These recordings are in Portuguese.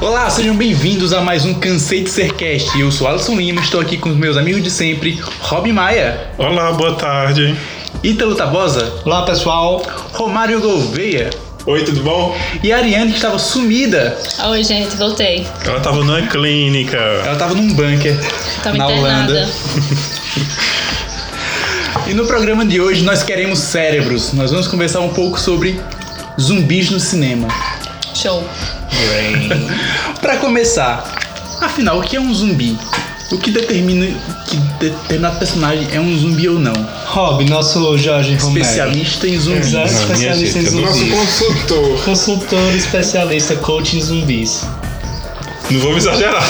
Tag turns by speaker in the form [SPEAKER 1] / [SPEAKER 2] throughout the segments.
[SPEAKER 1] Olá, sejam bem-vindos a mais um Cansei de Ser Cast. Eu sou Alisson Lima, estou aqui com os meus amigos de sempre, Rob Maia,
[SPEAKER 2] Olá, boa tarde.
[SPEAKER 1] Ítalo Tabosa,
[SPEAKER 3] Olá pessoal,
[SPEAKER 1] Romário Gouveia
[SPEAKER 2] Oi, tudo bom?
[SPEAKER 1] e a Ariane que estava sumida.
[SPEAKER 4] Oi, gente, voltei.
[SPEAKER 2] Ela tava na clínica.
[SPEAKER 1] Ela estava num bunker
[SPEAKER 4] Tava
[SPEAKER 1] na
[SPEAKER 4] internada.
[SPEAKER 1] Holanda. E no programa de hoje nós queremos cérebros. Nós vamos conversar um pouco sobre zumbis no cinema.
[SPEAKER 4] Show.
[SPEAKER 1] Pra começar, afinal, o que é um zumbi? O que determina que determinado personagem é um zumbi ou não?
[SPEAKER 3] Rob, nosso Jorge Romero.
[SPEAKER 1] Especialista em zumbis.
[SPEAKER 3] Exato,
[SPEAKER 2] Não, minha
[SPEAKER 3] especialista em
[SPEAKER 2] dica, nosso
[SPEAKER 3] zumbis. consultor. Consultor especialista, coach em zumbis.
[SPEAKER 2] Não vou me exagerar.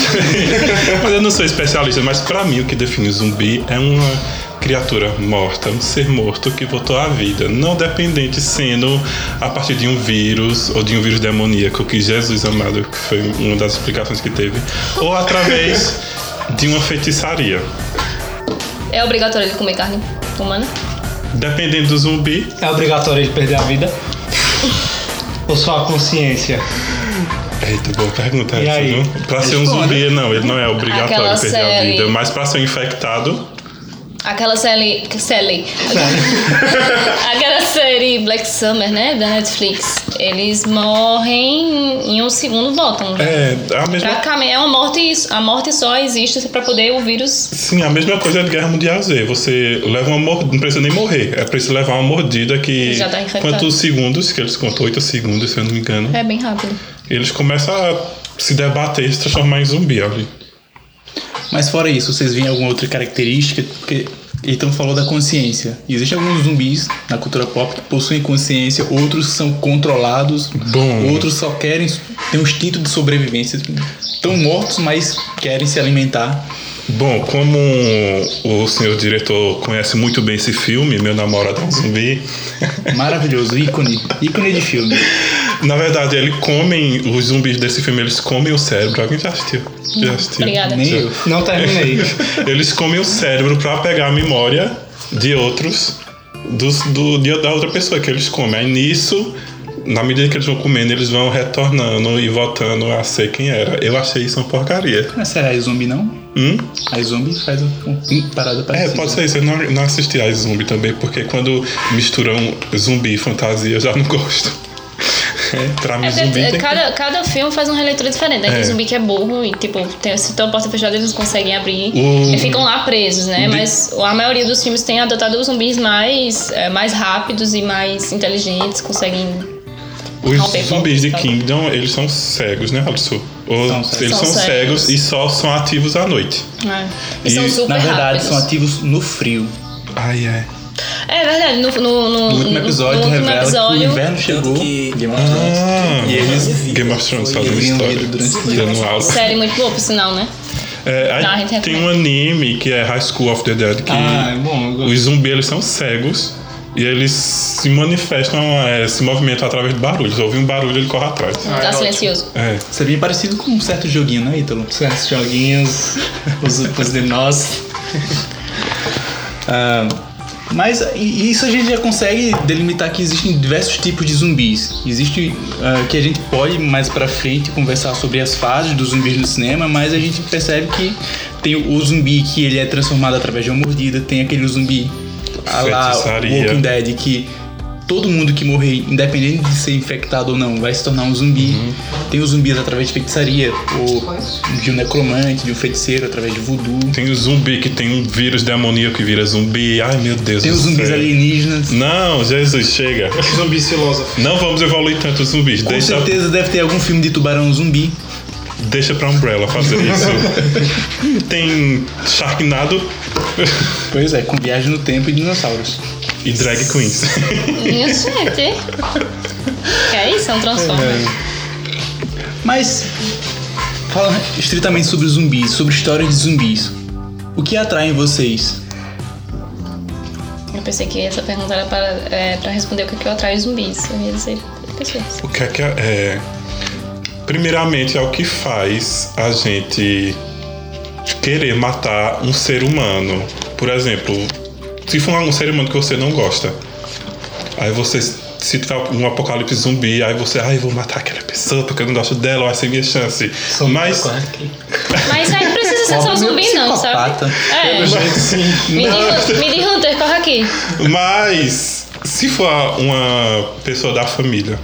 [SPEAKER 2] mas eu não sou especialista, mas pra mim o que define zumbi é uma criatura morta, um ser morto que voltou à vida, não dependente sendo a partir de um vírus ou de um vírus demoníaco que Jesus amado, que foi uma das explicações que teve, ou através de uma feitiçaria.
[SPEAKER 4] É obrigatório ele comer carne né? humana?
[SPEAKER 2] Dependendo do zumbi,
[SPEAKER 3] É obrigatório ele perder a vida? Ou só a consciência?
[SPEAKER 2] Eita, boa pergunta
[SPEAKER 3] E
[SPEAKER 2] essa,
[SPEAKER 3] aí?
[SPEAKER 2] viu? Pra ser um zumbi, não, ele não é obrigatório
[SPEAKER 4] Aquela
[SPEAKER 2] perder
[SPEAKER 4] série.
[SPEAKER 2] a vida. Mas pra ser um infectado,
[SPEAKER 4] Aquela série. que- Série. Aquela série Black Summer, né? Da Netflix. Eles morrem em um segundo voltam.
[SPEAKER 2] é a mesma,
[SPEAKER 4] Praticamente é uma morte. A morte só existe pra poder o vírus.
[SPEAKER 2] sim, a mesma coisa de Guerra Mundial Z. Você leva uma mordida, não precisa nem morrer. É preciso levar uma mordida que...
[SPEAKER 4] Já tá infectado.
[SPEAKER 2] quantos segundos, que eles contam, 8 segundos, se eu não me engano.
[SPEAKER 4] É bem rápido.
[SPEAKER 2] Eles começam a se debater e se transformar em zumbi ali.
[SPEAKER 1] Mas fora isso, vocês veem alguma outra característica? Porque então falou da consciência. E Existem alguns zumbis na cultura pop que possuem consciência, outros são controlados,
[SPEAKER 2] Bom.
[SPEAKER 1] outros só querem ter um instinto de sobrevivência. Estão mortos, mas querem se alimentar.
[SPEAKER 2] Bom, como o senhor diretor conhece muito bem esse filme, Meu Namorado é um Zumbi,
[SPEAKER 1] Maravilhoso, ícone, ícone de filme.
[SPEAKER 2] Na verdade, eles comem, os zumbis desse filme, eles comem o cérebro. Alguém já assistiu? Já assistiu?
[SPEAKER 4] Obrigada.
[SPEAKER 1] Nem eu.
[SPEAKER 3] Não terminei.
[SPEAKER 2] Eles comem o cérebro pra pegar a memória de outros, dos, do, de- da outra pessoa que eles comem. Aí nisso, na medida que eles vão comendo, eles vão retornando e voltando a ser quem era. Eu achei isso uma porcaria.
[SPEAKER 1] Mas será que é zumbi não?
[SPEAKER 2] Hum?
[SPEAKER 1] A zumbi faz um- uma parada
[SPEAKER 2] É,
[SPEAKER 1] parecida.
[SPEAKER 2] pode ser isso. Eu não, não assisti a zumbi também, porque quando misturam zumbi e fantasia, eu já não gosto. É, pra mim,
[SPEAKER 4] É
[SPEAKER 2] zumbi
[SPEAKER 4] porque
[SPEAKER 2] tem que-
[SPEAKER 4] cada, cada filme faz uma releitura diferente. Tem
[SPEAKER 2] É.
[SPEAKER 4] aquele zumbi que é burro e, tipo, tem, se tem uma porta fechada, eles não conseguem abrir
[SPEAKER 2] O-
[SPEAKER 4] e ficam lá presos, né?
[SPEAKER 2] De-
[SPEAKER 4] Mas a maioria dos filmes tem adotado os zumbis mais, eh, mais rápidos e mais inteligentes, conseguem.
[SPEAKER 2] Os
[SPEAKER 4] Talvez
[SPEAKER 2] zumbis de
[SPEAKER 4] não. tá
[SPEAKER 2] Kingdom, eles são cegos, né, Alisson? Ou
[SPEAKER 1] São cegos.
[SPEAKER 2] eles são,
[SPEAKER 4] São
[SPEAKER 2] cegos.
[SPEAKER 4] cegos.
[SPEAKER 2] e só são ativos à noite.
[SPEAKER 4] né? E,
[SPEAKER 2] E,
[SPEAKER 4] são super
[SPEAKER 1] Na verdade,
[SPEAKER 4] rápidos.
[SPEAKER 1] são ativos no frio.
[SPEAKER 2] Ai, ai.
[SPEAKER 4] É verdade, no, no, no,
[SPEAKER 1] No último episódio,
[SPEAKER 4] no último
[SPEAKER 1] revela que
[SPEAKER 4] episódio,
[SPEAKER 1] o inverno chegou.
[SPEAKER 5] que-
[SPEAKER 1] Game of Thrones.
[SPEAKER 2] Ah,
[SPEAKER 1] E eles-
[SPEAKER 2] Game of Thrones fazem uma
[SPEAKER 1] eles ganham
[SPEAKER 2] história.
[SPEAKER 1] medo um durante
[SPEAKER 2] Dando aula.
[SPEAKER 4] série muito boa, por sinal, né?
[SPEAKER 2] É, aí
[SPEAKER 4] Não, a gente
[SPEAKER 2] tem um
[SPEAKER 4] recomenda.
[SPEAKER 2] anime que é High School of the Dead, que
[SPEAKER 3] ah, é bom. eu gosto.
[SPEAKER 2] os zumbis eles são cegos e eles se manifestam, é, se movimentam através de barulhos. Ouve um barulho, ele corre atrás.
[SPEAKER 4] tá silencioso.
[SPEAKER 2] É.
[SPEAKER 1] Isso é bem parecido com um certo joguinho, né, Ítalo?
[SPEAKER 3] Certos joguinhos, os, os de nós.
[SPEAKER 1] Ah, mas e- isso a gente já consegue delimitar que existem diversos tipos de zumbis. Existe ah, que a gente pode mais pra frente conversar sobre as fases dos zumbis no cinema, mas a gente percebe que tem o zumbi que ele é transformado através de uma mordida, tem aquele zumbi a lá
[SPEAKER 2] Feitiçaria.
[SPEAKER 1] Walking Dead que todo mundo que morrer, independente de ser infectado ou não, vai se tornar um zumbi. Tem os zumbis através de feitiçaria, ou de um necromante, de um feiticeiro, através de voodoo.
[SPEAKER 2] Tem o zumbi que tem um vírus demoníaco que vira zumbi. Ai, meu Deus
[SPEAKER 1] Tem
[SPEAKER 2] do
[SPEAKER 1] os zumbis
[SPEAKER 2] céu. Uhum.
[SPEAKER 1] alienígenas.
[SPEAKER 2] Não, Jesus, chega.
[SPEAKER 5] Zumbi filósofo.
[SPEAKER 2] Não vamos evoluir tanto os zumbis.
[SPEAKER 1] Com
[SPEAKER 2] Deixa,
[SPEAKER 1] certeza deve ter algum filme de tubarão zumbi.
[SPEAKER 2] deixa pra Umbrella fazer isso. Tem Sharknado
[SPEAKER 1] Pois é, com viagem no tempo e dinossauros.
[SPEAKER 2] e Drag Queens.
[SPEAKER 4] Minha gente. Que é isso? É um transformer.
[SPEAKER 1] Mas, falando estritamente sobre zumbis, sobre histórias de zumbis, o que atrai em vocês?
[SPEAKER 4] Eu pensei que essa pergunta era para, é, para responder o que, que eu atraio zumbis. Eu ia dizer pessoas.
[SPEAKER 2] o que é que é- é? Primeiramente é o que faz a gente querer matar um ser humano. Por exemplo, se for um ser humano que você não gosta, aí você se tiver um apocalipse zumbi, aí você, ai, vou matar aquela pessoa porque eu não gosto dela, vai ser minha chance. Mas.
[SPEAKER 4] Mas aí não precisa ser só
[SPEAKER 1] Pobre
[SPEAKER 4] zumbi, não, sabe?
[SPEAKER 1] psicopata.
[SPEAKER 4] É. Me diga, me diga, Hunter, corre aqui.
[SPEAKER 2] Mas se for uma pessoa da família,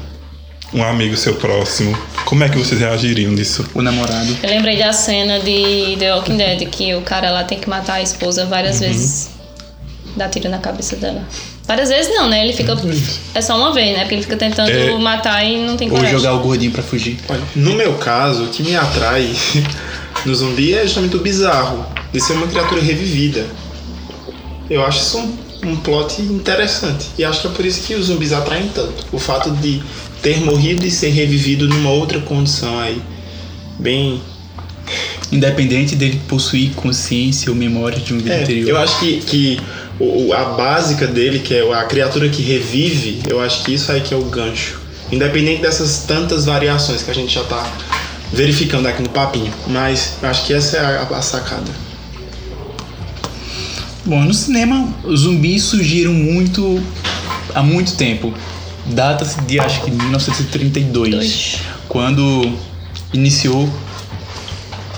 [SPEAKER 2] um amigo seu próximo, como é que vocês reagiriam nisso?
[SPEAKER 1] O namorado.
[SPEAKER 4] Eu lembrei da cena de The Walking Dead, que o cara lá tem que matar a esposa várias
[SPEAKER 1] Uhum.
[SPEAKER 4] vezes. Dá tiro na cabeça dela. Várias vezes não, né? Ele fica. É só uma vez, né? Porque ele fica tentando
[SPEAKER 2] É.
[SPEAKER 4] matar e não tem
[SPEAKER 1] Ou
[SPEAKER 4] coragem.
[SPEAKER 1] jogar o gordinho pra fugir.
[SPEAKER 5] Olha, no meu caso, o que me atrai no zumbi é justamente o bizarro de ser uma criatura revivida. Eu acho isso um, um plot interessante. E acho que é por isso que os zumbis atraem tanto. O fato de ter morrido e ser revivido numa outra condição aí. Bem.
[SPEAKER 1] Independente dele possuir consciência ou memória de um vida
[SPEAKER 5] é,
[SPEAKER 1] anterior.
[SPEAKER 5] eu acho que, que o- o- a básica dele, que é a criatura que revive, eu acho que isso aí que é o gancho. Independente dessas tantas variações que a gente já tá verificando aqui no papinho. Mas eu acho que essa é a- a sacada.
[SPEAKER 1] Bom, no cinema, os zumbis surgiram muito há muito tempo. Data-se de acho que 1932,
[SPEAKER 4] Dois.
[SPEAKER 1] quando iniciou.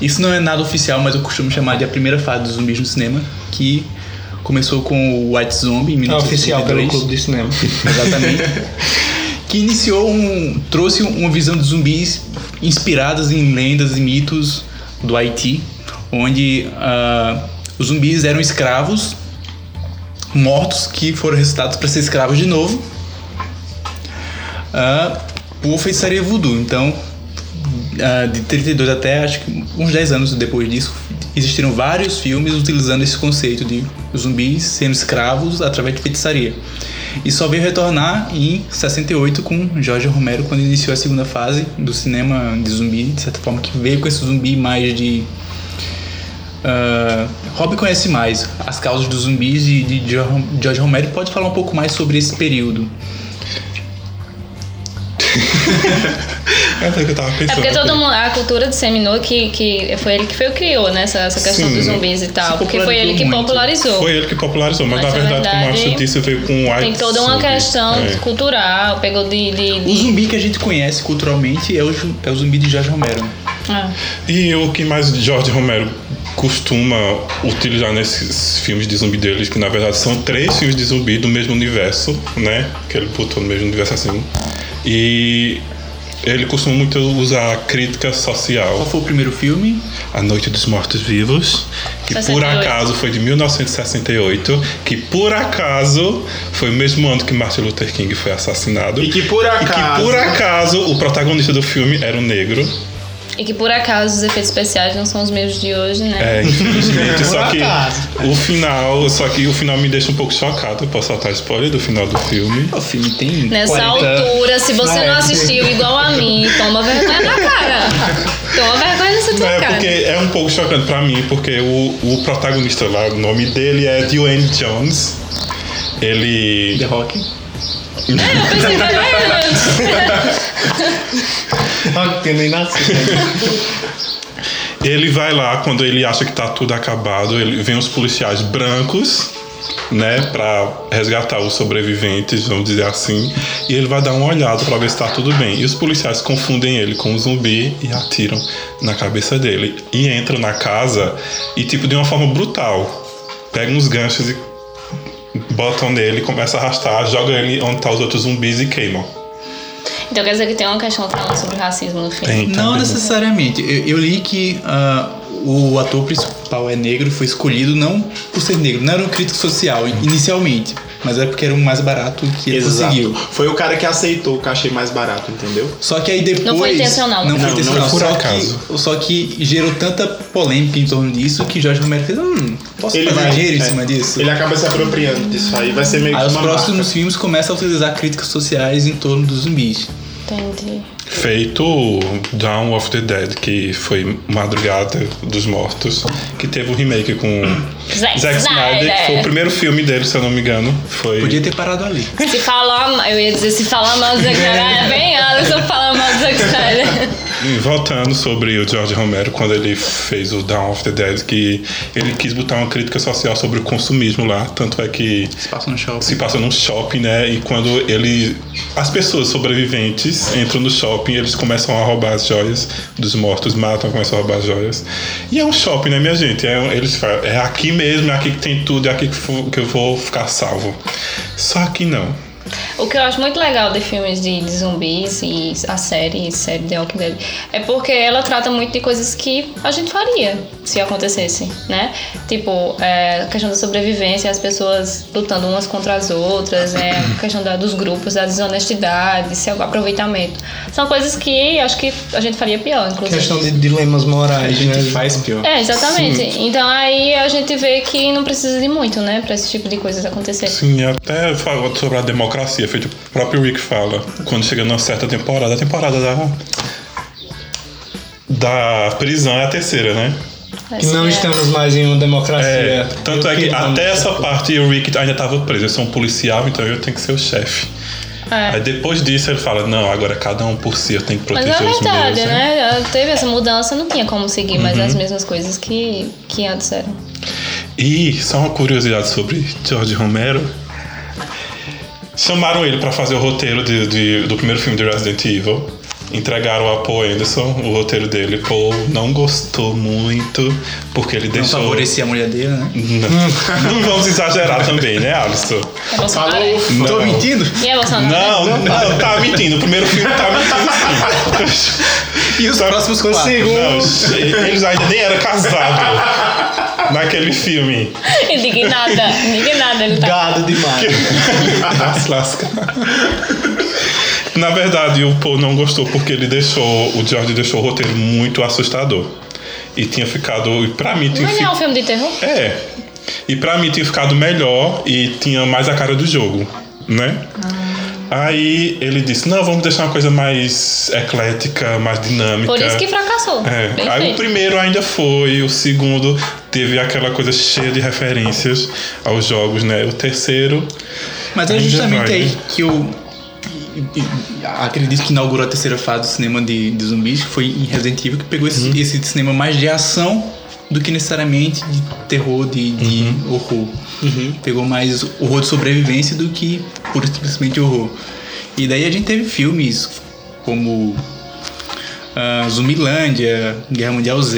[SPEAKER 1] Isso não é nada oficial, mas eu costumo chamar de a primeira fase dos zumbis no cinema, que começou com o White Zombie em
[SPEAKER 3] É oficial pelo
[SPEAKER 1] 1932.
[SPEAKER 3] clube de cinema.
[SPEAKER 1] Exatamente. que iniciou um. trouxe uma visão de zumbis inspiradas em lendas e mitos do Haiti, onde ah, os zumbis eram escravos mortos que foram ressuscitados para ser escravos de novo ah, por feitiçaria voodoo. Então, ah, de 32 até acho que uns 10 anos depois disso, existiram vários filmes utilizando esse conceito de zumbis sendo escravos através de feitiçaria. E só veio retornar em 68 com Jorge Romero, quando iniciou a segunda fase do cinema de zumbi, de certa forma, que veio com esse zumbi mais de. ah, Rob conhece mais as causas dos zumbis de, de Jorge Romero e pode falar um pouco mais sobre esse período.
[SPEAKER 2] É até o que eu tava pensando.
[SPEAKER 4] É porque todo mundo, a cultura disseminou que, que foi ele que foi o que criou, né? Essa, essa questão
[SPEAKER 2] Sim,
[SPEAKER 4] dos zumbis e tal.
[SPEAKER 1] se
[SPEAKER 4] Porque foi ele que
[SPEAKER 1] popularizou muito.
[SPEAKER 4] popularizou.
[SPEAKER 2] Foi ele que popularizou, mas,
[SPEAKER 4] Mas,
[SPEAKER 2] na
[SPEAKER 4] na
[SPEAKER 2] verdade, como
[SPEAKER 4] verdade,
[SPEAKER 2] o Márcio disse, veio com o
[SPEAKER 4] Tem
[SPEAKER 2] AIDS
[SPEAKER 4] toda uma
[SPEAKER 2] zumbi.
[SPEAKER 4] questão
[SPEAKER 2] É.
[SPEAKER 4] cultural, pegou de. de,
[SPEAKER 1] O
[SPEAKER 4] de-
[SPEAKER 1] zumbi que a gente conhece culturalmente é o, ju- é o zumbi de Jorge Romero.
[SPEAKER 4] Ah.
[SPEAKER 2] E o que mais Jorge Romero costuma utilizar nesses filmes de zumbi deles, que na verdade são três filmes de zumbi do mesmo universo, né? Que ele botou no mesmo universo assim. E ele costuma muito usar crítica
[SPEAKER 1] Qual
[SPEAKER 2] social.
[SPEAKER 1] foi o primeiro filme?
[SPEAKER 2] A Noite dos Mortos Vivos, que por
[SPEAKER 4] 68.
[SPEAKER 2] acaso foi de 1968, que por acaso foi o mesmo ano que Martin Luther King foi assassinado.
[SPEAKER 5] E que por
[SPEAKER 2] E
[SPEAKER 5] acaso.
[SPEAKER 2] que por acaso o protagonista do filme era um negro.
[SPEAKER 4] E que por acaso os efeitos especiais não são os mesmos de hoje, né?
[SPEAKER 2] É, infelizmente, só
[SPEAKER 3] Por
[SPEAKER 2] que
[SPEAKER 3] acaso.
[SPEAKER 2] o final, só que o final me deixa um pouco chocado, eu posso soltar spoiler do final do filme.
[SPEAKER 1] O filme tem.
[SPEAKER 4] Nessa
[SPEAKER 1] 40
[SPEAKER 4] altura, se você não
[SPEAKER 3] É.
[SPEAKER 4] assistiu igual a mim, toma vergonha na cara. Toma vergonha nessa tua
[SPEAKER 2] É,
[SPEAKER 4] cara.
[SPEAKER 2] porque é um pouco chocante pra mim, porque o, o protagonista lá, o nome dele é Dwayne Jones. Ele.
[SPEAKER 1] The Rock.
[SPEAKER 4] Eu pensei, "Vergonha".
[SPEAKER 3] Não tinha nem nascido.
[SPEAKER 2] Ele vai lá quando ele acha que tá tudo acabado, ele vem os policiais brancos, né, Pra resgatar os sobreviventes, vamos dizer assim, e ele vai dar uma olhada pra ver se tá tudo bem. E os policiais confundem ele com um zumbi e atiram na cabeça dele e entram na casa e tipo de uma forma brutal. Pegam uns ganchos e botam nele, começa a arrastar, joga ele onde tá os outros zumbis e queimam.
[SPEAKER 4] Então quer dizer que tem uma questão falando sobre racismo no filme.
[SPEAKER 2] Tem, tá
[SPEAKER 1] Não
[SPEAKER 2] bem.
[SPEAKER 1] necessariamente. Eu, eu li que ah, o ator principal é negro e foi escolhido não por ser negro, não era um crítico social in- inicialmente, mas era porque era o mais barato que ele
[SPEAKER 5] Exato.
[SPEAKER 1] conseguiu.
[SPEAKER 5] Foi o cara que aceitou o cachê mais barato, entendeu?
[SPEAKER 1] Só que aí depois.
[SPEAKER 4] Não foi intencional,
[SPEAKER 1] Não,
[SPEAKER 4] né?
[SPEAKER 1] foi
[SPEAKER 5] Não, não
[SPEAKER 1] intencional.
[SPEAKER 2] foi por
[SPEAKER 1] só,
[SPEAKER 2] acaso.
[SPEAKER 1] Que, só que gerou tanta polêmica em torno disso que Jorge Romero fez. Hum, posso fazer
[SPEAKER 5] vai-
[SPEAKER 1] dinheiro em
[SPEAKER 5] é,
[SPEAKER 1] cima disso?
[SPEAKER 5] Ele acaba se apropriando disso aí. Vai ser meio que
[SPEAKER 1] Aí os
[SPEAKER 5] uma
[SPEAKER 1] próximos
[SPEAKER 5] marca.
[SPEAKER 1] filmes começam a utilizar críticas sociais em torno dos zumbis.
[SPEAKER 4] Entendi.
[SPEAKER 2] feito Dawn of the Dead, que foi Madrugada dos Mortos, que teve um remake com
[SPEAKER 4] Zack
[SPEAKER 2] Zack Snyder,
[SPEAKER 4] Snyder.
[SPEAKER 2] que foi o primeiro filme dele, se eu não me engano. Foi.
[SPEAKER 1] Podia ter parado ali.
[SPEAKER 4] Se falar, ma- eu ia dizer se falar mal do Zack Snyder, é bem anos eu falar mal do Zack Snyder.
[SPEAKER 2] E Voltando sobre o George Romero, quando ele fez o Dawn of the Dead, que ele quis botar uma crítica social sobre o consumismo lá, tanto é que
[SPEAKER 1] Se passa no shopping.
[SPEAKER 2] se passa num shopping, né? E quando ele. As pessoas sobreviventes entram no shopping, eles começam a roubar as joias dos mortos, matam, começam a roubar as joias. E é um shopping, né, minha gente? É, um- eles falam, é aqui mesmo, é aqui que tem tudo, é aqui que, fo- que eu vou ficar salvo. Só que não.
[SPEAKER 4] O que eu acho muito legal de filmes de, de zumbis e a série, série The Walking Dead, é porque ela trata muito de coisas que a gente faria se acontecesse, né? Tipo, é, a questão da sobrevivência, as pessoas lutando umas contra as outras, né? a questão da- dos grupos, da desonestidade, seu aproveitamento. São coisas que acho que a gente faria pior, inclusive.
[SPEAKER 3] Questão de dilemas
[SPEAKER 5] A
[SPEAKER 3] morais,
[SPEAKER 5] gente
[SPEAKER 3] né?
[SPEAKER 5] faz pior.
[SPEAKER 4] É, exatamente. Então aí a gente vê que não precisa de muito, né? Pra esse tipo de coisas acontecer.
[SPEAKER 2] Sim, até falou sobre a democracia, feito o próprio Rick fala. Quando chega numa certa temporada, a temporada da. Da prisão é a terceira, né?
[SPEAKER 3] Que não
[SPEAKER 4] É.
[SPEAKER 3] estamos mais em uma democracia.
[SPEAKER 2] É, tanto
[SPEAKER 3] Eu
[SPEAKER 2] é que
[SPEAKER 3] queria-
[SPEAKER 2] até essa parte o Rick ainda tava preso. Eu sou um policial, então eu tenho que ser o chefe.
[SPEAKER 4] É.
[SPEAKER 2] Aí depois disso ele fala, não, agora é cada um por si, eu tenho que
[SPEAKER 4] Mas
[SPEAKER 2] proteger
[SPEAKER 4] é
[SPEAKER 2] os
[SPEAKER 4] verdade,
[SPEAKER 2] meus.
[SPEAKER 4] né? Ela Teve essa mudança, não tinha como seguir mais
[SPEAKER 2] Uhum.
[SPEAKER 4] as mesmas coisas que, que antes eram.
[SPEAKER 2] E só uma curiosidade sobre George Romero. Chamaram ele pra fazer o roteiro de- de- do primeiro filme de Resident Evil. Entregaram a Paul Anderson o roteiro dele. Paul não gostou muito, porque ele
[SPEAKER 1] Não
[SPEAKER 2] deixou.
[SPEAKER 1] favorecia a mulher dele, né?
[SPEAKER 2] Não, não vamos exagerar também, né, Alisson?
[SPEAKER 4] É Bolsonaro? é?
[SPEAKER 2] Não.
[SPEAKER 1] Tô mentindo?
[SPEAKER 4] E é Bolsonaro?
[SPEAKER 2] Não, não, tá mentindo. O primeiro filme tá mentindo sim.
[SPEAKER 1] E os
[SPEAKER 2] Só-
[SPEAKER 1] próximos quatro?
[SPEAKER 2] Não, eles ainda nem eram casados naquele filme.
[SPEAKER 4] Indignada, indignada ele tá.
[SPEAKER 3] Gado demais.
[SPEAKER 2] Ah, se lasca. Na verdade, o Paul não gostou porque ele deixou. O George deixou o roteiro muito assustador. E tinha ficado. E pra mim tinha
[SPEAKER 4] Mas não é um
[SPEAKER 2] ficado.
[SPEAKER 4] filme de terror?
[SPEAKER 2] É. E pra mim tinha ficado melhor e tinha mais a cara do jogo, né?
[SPEAKER 4] Ah.
[SPEAKER 2] Aí ele disse, não, vamos deixar uma coisa mais eclética, mais dinâmica.
[SPEAKER 4] Por isso que fracassou. Bem
[SPEAKER 2] É, aí o
[SPEAKER 4] feito.
[SPEAKER 2] primeiro ainda foi, o segundo teve aquela coisa cheia de referências aos jogos, né? O terceiro.
[SPEAKER 1] Mas é
[SPEAKER 2] Ainda
[SPEAKER 1] justamente
[SPEAKER 2] vai,
[SPEAKER 1] aí
[SPEAKER 2] né?
[SPEAKER 1] que eu e- e- acredito que inaugurou a terceira fase do cinema de, de zumbis, que foi em Resident Evil, que pegou esse,
[SPEAKER 2] Uhum.
[SPEAKER 1] esse cinema mais de ação do que necessariamente de terror, de, de
[SPEAKER 2] Uhum.
[SPEAKER 1] horror. Pegou mais horror de sobrevivência do que pura e simplesmente horror. E daí a gente teve filmes como ah, Zumbilândia, Guerra Mundial Z,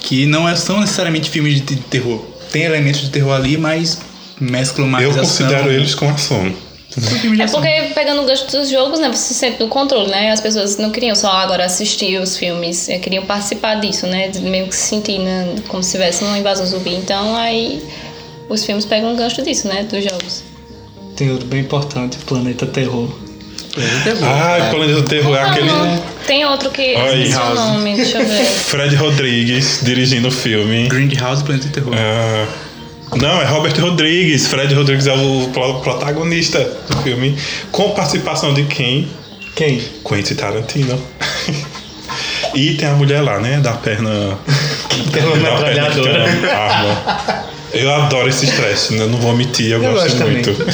[SPEAKER 1] que não é- são necessariamente filmes de, de terror. Tem elementos de terror ali, mas mesclam mais
[SPEAKER 2] eu
[SPEAKER 1] ação.
[SPEAKER 2] considero eles com ação.
[SPEAKER 4] É porque pegando o gancho dos jogos, né? Você se sente no controle, né? As pessoas não queriam só agora assistir os filmes, eh, queriam participar disso, né? de Meio que se sentir né, como se tivesse uma invasão zumbi. Então aí os filmes pegam um gancho disso, né? Dos jogos.
[SPEAKER 3] Tem outro bem importante, Planeta Terror.
[SPEAKER 2] Ah, o Planeta do Terror é
[SPEAKER 4] Não,
[SPEAKER 2] aquele.
[SPEAKER 4] não. Tem outro que.
[SPEAKER 2] Olha aí.
[SPEAKER 4] Esqueci o nome, deixa eu ver.
[SPEAKER 2] Fred Rodrigues dirigindo o filme.
[SPEAKER 1] Grindhouse Planeta do Terror.
[SPEAKER 2] Ah, não, é Robert Rodrigues. Fred Rodrigues é o pro- protagonista do filme. Com participação de quem?
[SPEAKER 3] Quem?
[SPEAKER 2] Quentin Tarantino. e tem a mulher lá, né? Da perna.
[SPEAKER 3] Tem uma
[SPEAKER 2] da perna que tem
[SPEAKER 3] metralhadora.
[SPEAKER 2] uma arma. Eu adoro esse stress, né? Não vou omitir, eu,
[SPEAKER 3] Eu
[SPEAKER 2] gosto,
[SPEAKER 3] gosto também.
[SPEAKER 2] muito.
[SPEAKER 5] né?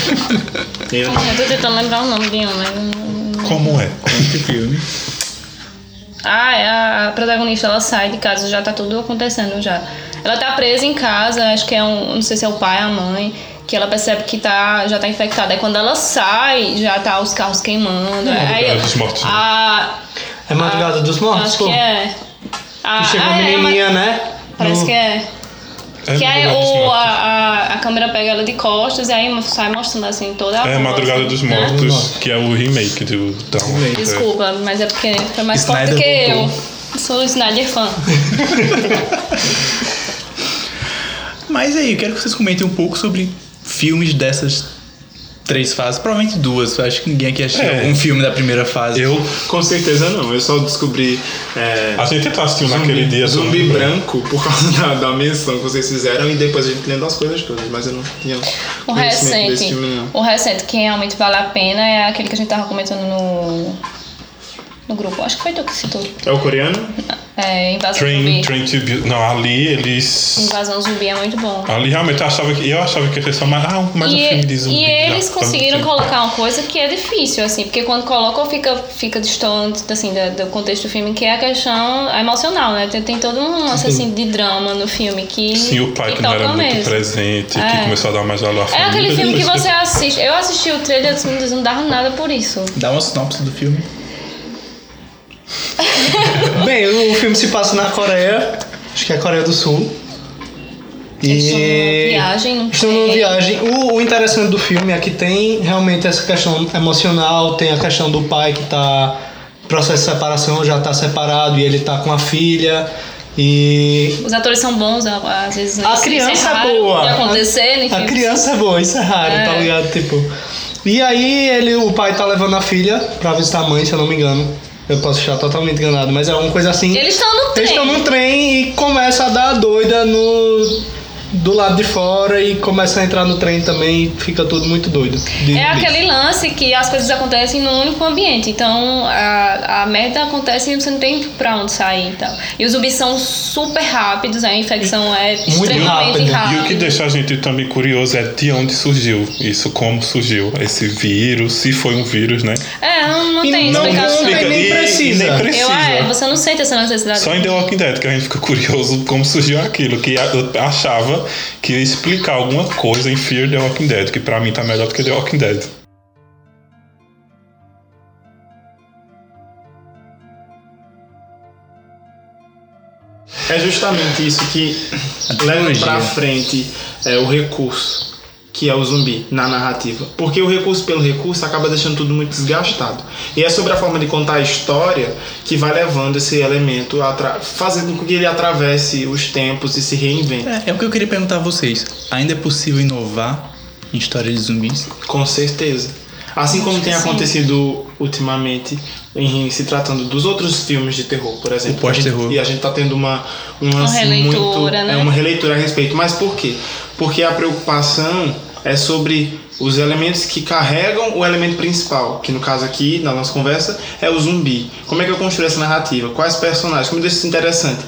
[SPEAKER 4] Eu tô tentando lembrar o nome de um, mas. não-
[SPEAKER 2] Como é?
[SPEAKER 1] Esse filme.
[SPEAKER 4] Ah, é a protagonista ela sai de casa, já tá tudo acontecendo já. Ela tá presa em casa, acho que é um. Não sei se é o pai, a mãe, que ela percebe que tá, já tá infectada. Aí quando ela sai, já tá os carros queimando. aí,
[SPEAKER 2] Madrugada dos Mortos, né?
[SPEAKER 4] a,
[SPEAKER 3] É Madrugada dos Mortos,
[SPEAKER 4] Ah, Acho
[SPEAKER 3] pô.
[SPEAKER 4] que é. A,
[SPEAKER 3] Que chegou
[SPEAKER 4] ah,
[SPEAKER 3] a
[SPEAKER 4] é,
[SPEAKER 3] menininha,
[SPEAKER 4] mas-
[SPEAKER 3] né?
[SPEAKER 4] Parece
[SPEAKER 3] No-
[SPEAKER 4] que é.
[SPEAKER 2] É
[SPEAKER 4] que aí
[SPEAKER 2] Madrugada dos
[SPEAKER 4] o, a,
[SPEAKER 2] Mortos.
[SPEAKER 4] a, a câmera pega ela de costas e aí sai mostrando assim toda a.
[SPEAKER 2] É Madrugada dos
[SPEAKER 4] né?
[SPEAKER 2] Mortos, que é o remake do Down.
[SPEAKER 3] Remake.
[SPEAKER 4] Desculpa, mas é porque foi mais forte
[SPEAKER 1] Snyder
[SPEAKER 4] do que
[SPEAKER 1] voltou.
[SPEAKER 4] eu. Sou Snyder fã.
[SPEAKER 1] Mas aí, eu quero que vocês comentem um pouco sobre filmes dessas três fases. Provavelmente duas. Eu acho que ninguém aqui assistiu
[SPEAKER 2] É.
[SPEAKER 1] algum filme da primeira fase.
[SPEAKER 2] Eu,
[SPEAKER 5] Com certeza não. Eu só descobri é,
[SPEAKER 2] a gente tá assistindo naquele dia.
[SPEAKER 5] zumbi
[SPEAKER 2] né?
[SPEAKER 5] branco por causa da, da menção que vocês fizeram e depois a gente lendo as coisas todas, mas eu não tinha
[SPEAKER 4] O
[SPEAKER 5] conhecimento desse
[SPEAKER 4] recente.
[SPEAKER 5] filme não.
[SPEAKER 4] O recente que realmente vale a pena é aquele que a gente tava comentando no. No grupo. Acho que foi tu que citou.
[SPEAKER 5] É o coreano?
[SPEAKER 4] É, Invasão
[SPEAKER 2] Train,
[SPEAKER 4] Zumbi.
[SPEAKER 2] Train to Build. Não, ali eles.
[SPEAKER 4] Invasão Zumbi é muito bom.
[SPEAKER 2] Ali realmente eu achava que. Eu achava que ia ser só mais, ah, mais um
[SPEAKER 4] e, é-
[SPEAKER 2] filme de zumbi.
[SPEAKER 4] e eles
[SPEAKER 2] lá,
[SPEAKER 4] conseguiram
[SPEAKER 2] tá,
[SPEAKER 4] colocar uma coisa que é difícil, assim, porque quando colocam fica, fica distante, assim, da- do, contexto do filme, que é a questão emocional, né? Tem, tem todo um lance, assim, de drama no filme que
[SPEAKER 2] Sim, o pai que, não
[SPEAKER 4] toca
[SPEAKER 2] era muito
[SPEAKER 4] mesmo.
[SPEAKER 2] presente, que
[SPEAKER 4] É.
[SPEAKER 2] começou a dar mais valor à
[SPEAKER 4] É
[SPEAKER 2] família.
[SPEAKER 4] aquele filme que
[SPEAKER 2] depois
[SPEAKER 4] você assiste. Eu assisti o trailer e disse, "Meu Deus, não dava nada por isso.
[SPEAKER 1] Dá uma sinopse do filme.
[SPEAKER 4] é-
[SPEAKER 3] Bem, o filme se passa na Coreia, acho que é a Coreia do Sul.
[SPEAKER 4] Eles estão numa É viagem, não
[SPEAKER 3] Estão numa
[SPEAKER 4] sei.
[SPEAKER 3] viagem. O, o interessante do filme é que tem realmente essa questão emocional, tem a questão do pai que tá em processo de separação, já tá separado e ele tá com a filha. E
[SPEAKER 4] Os atores são bons, a- às vezes. né?
[SPEAKER 3] a
[SPEAKER 4] Isso- isso
[SPEAKER 3] criança
[SPEAKER 4] é
[SPEAKER 3] é
[SPEAKER 4] raro
[SPEAKER 3] boa.
[SPEAKER 4] De acontecer,
[SPEAKER 3] a,
[SPEAKER 4] enfim.
[SPEAKER 3] a criança é boa, isso é raro,
[SPEAKER 4] É.
[SPEAKER 3] tá ligado? Tipo. E aí ele, o pai tá levando a filha pra visitar a mãe, se eu não me engano. Eu posso estar totalmente enganado, mas é uma coisa assim.
[SPEAKER 4] Eles estão no trem.
[SPEAKER 3] Eles estão num trem e começa a dar a doida no do lado de fora e começa a entrar no trem também e fica tudo muito doido. De-
[SPEAKER 4] É aquele lance que as coisas acontecem num único ambiente. Então a, a merda acontece e você não tem pra onde sair e tal. E os zumbis são super rápidos, a infecção é extremamente
[SPEAKER 3] rápido.
[SPEAKER 4] rápida.
[SPEAKER 2] E o que deixa a gente também curioso é de onde surgiu isso, como surgiu esse vírus, se foi um vírus, né?
[SPEAKER 4] É, não, não
[SPEAKER 3] E
[SPEAKER 4] tem
[SPEAKER 3] não
[SPEAKER 4] explicação.
[SPEAKER 3] explica. nem
[SPEAKER 2] e-
[SPEAKER 3] precisa.
[SPEAKER 2] e nem
[SPEAKER 4] Eu, é,
[SPEAKER 2] precisa.
[SPEAKER 4] você não sente essa necessidade.
[SPEAKER 2] Só em The Walking Dead que a gente fica curioso como surgiu aquilo, que eu achava que ia explicar alguma coisa em Fear The Walking Dead, que pra mim tá melhor do que The Walking Dead.
[SPEAKER 5] É justamente isso que leva pra frente é, o recurso, que é o zumbi, na narrativa. Porque o recurso pelo recurso acaba deixando tudo muito desgastado. E é sobre a forma de contar a história que vai levando esse elemento, a atra- fazendo com que ele atravesse os tempos e se reinvente.
[SPEAKER 1] É, é o que eu queria perguntar a vocês. Ainda é possível inovar em história de zumbis?
[SPEAKER 5] Com certeza. Assim como tem acontecido ultimamente em se tratando dos outros filmes de terror, por exemplo.
[SPEAKER 1] O pós-terror.
[SPEAKER 5] E a gente tá tendo uma um lance
[SPEAKER 4] releitura,
[SPEAKER 5] muito,
[SPEAKER 4] né?
[SPEAKER 5] é uma releitura a respeito, mas por quê? Porque a preocupação é sobre os elementos que carregam o elemento principal, que no caso aqui, na nossa conversa, é o zumbi. Como é que eu construo essa narrativa? Quais personagens? Como eu deixo isso interessante?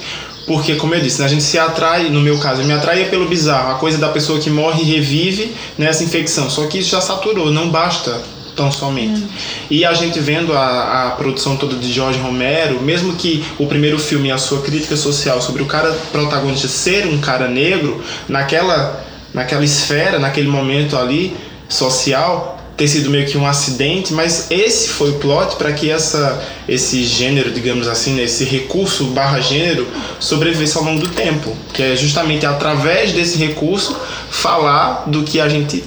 [SPEAKER 5] Porque, como eu disse, né, a gente se atrai, no meu caso, eu me atraía pelo bizarro, a coisa da pessoa que morre e revive nessa infecção. Só que isso já saturou, não basta tão somente. E a gente vendo a, a produção toda de Jorge Romero, mesmo que o primeiro filme, a sua crítica social sobre o cara protagonista ser um cara negro, naquela, naquela esfera, naquele momento ali social, ter sido meio que um acidente, mas esse foi o plot para que essa, esse gênero, digamos assim, né, esse recurso barra gênero sobrevivesse ao longo do tempo, que é justamente através desse recurso falar do que a gente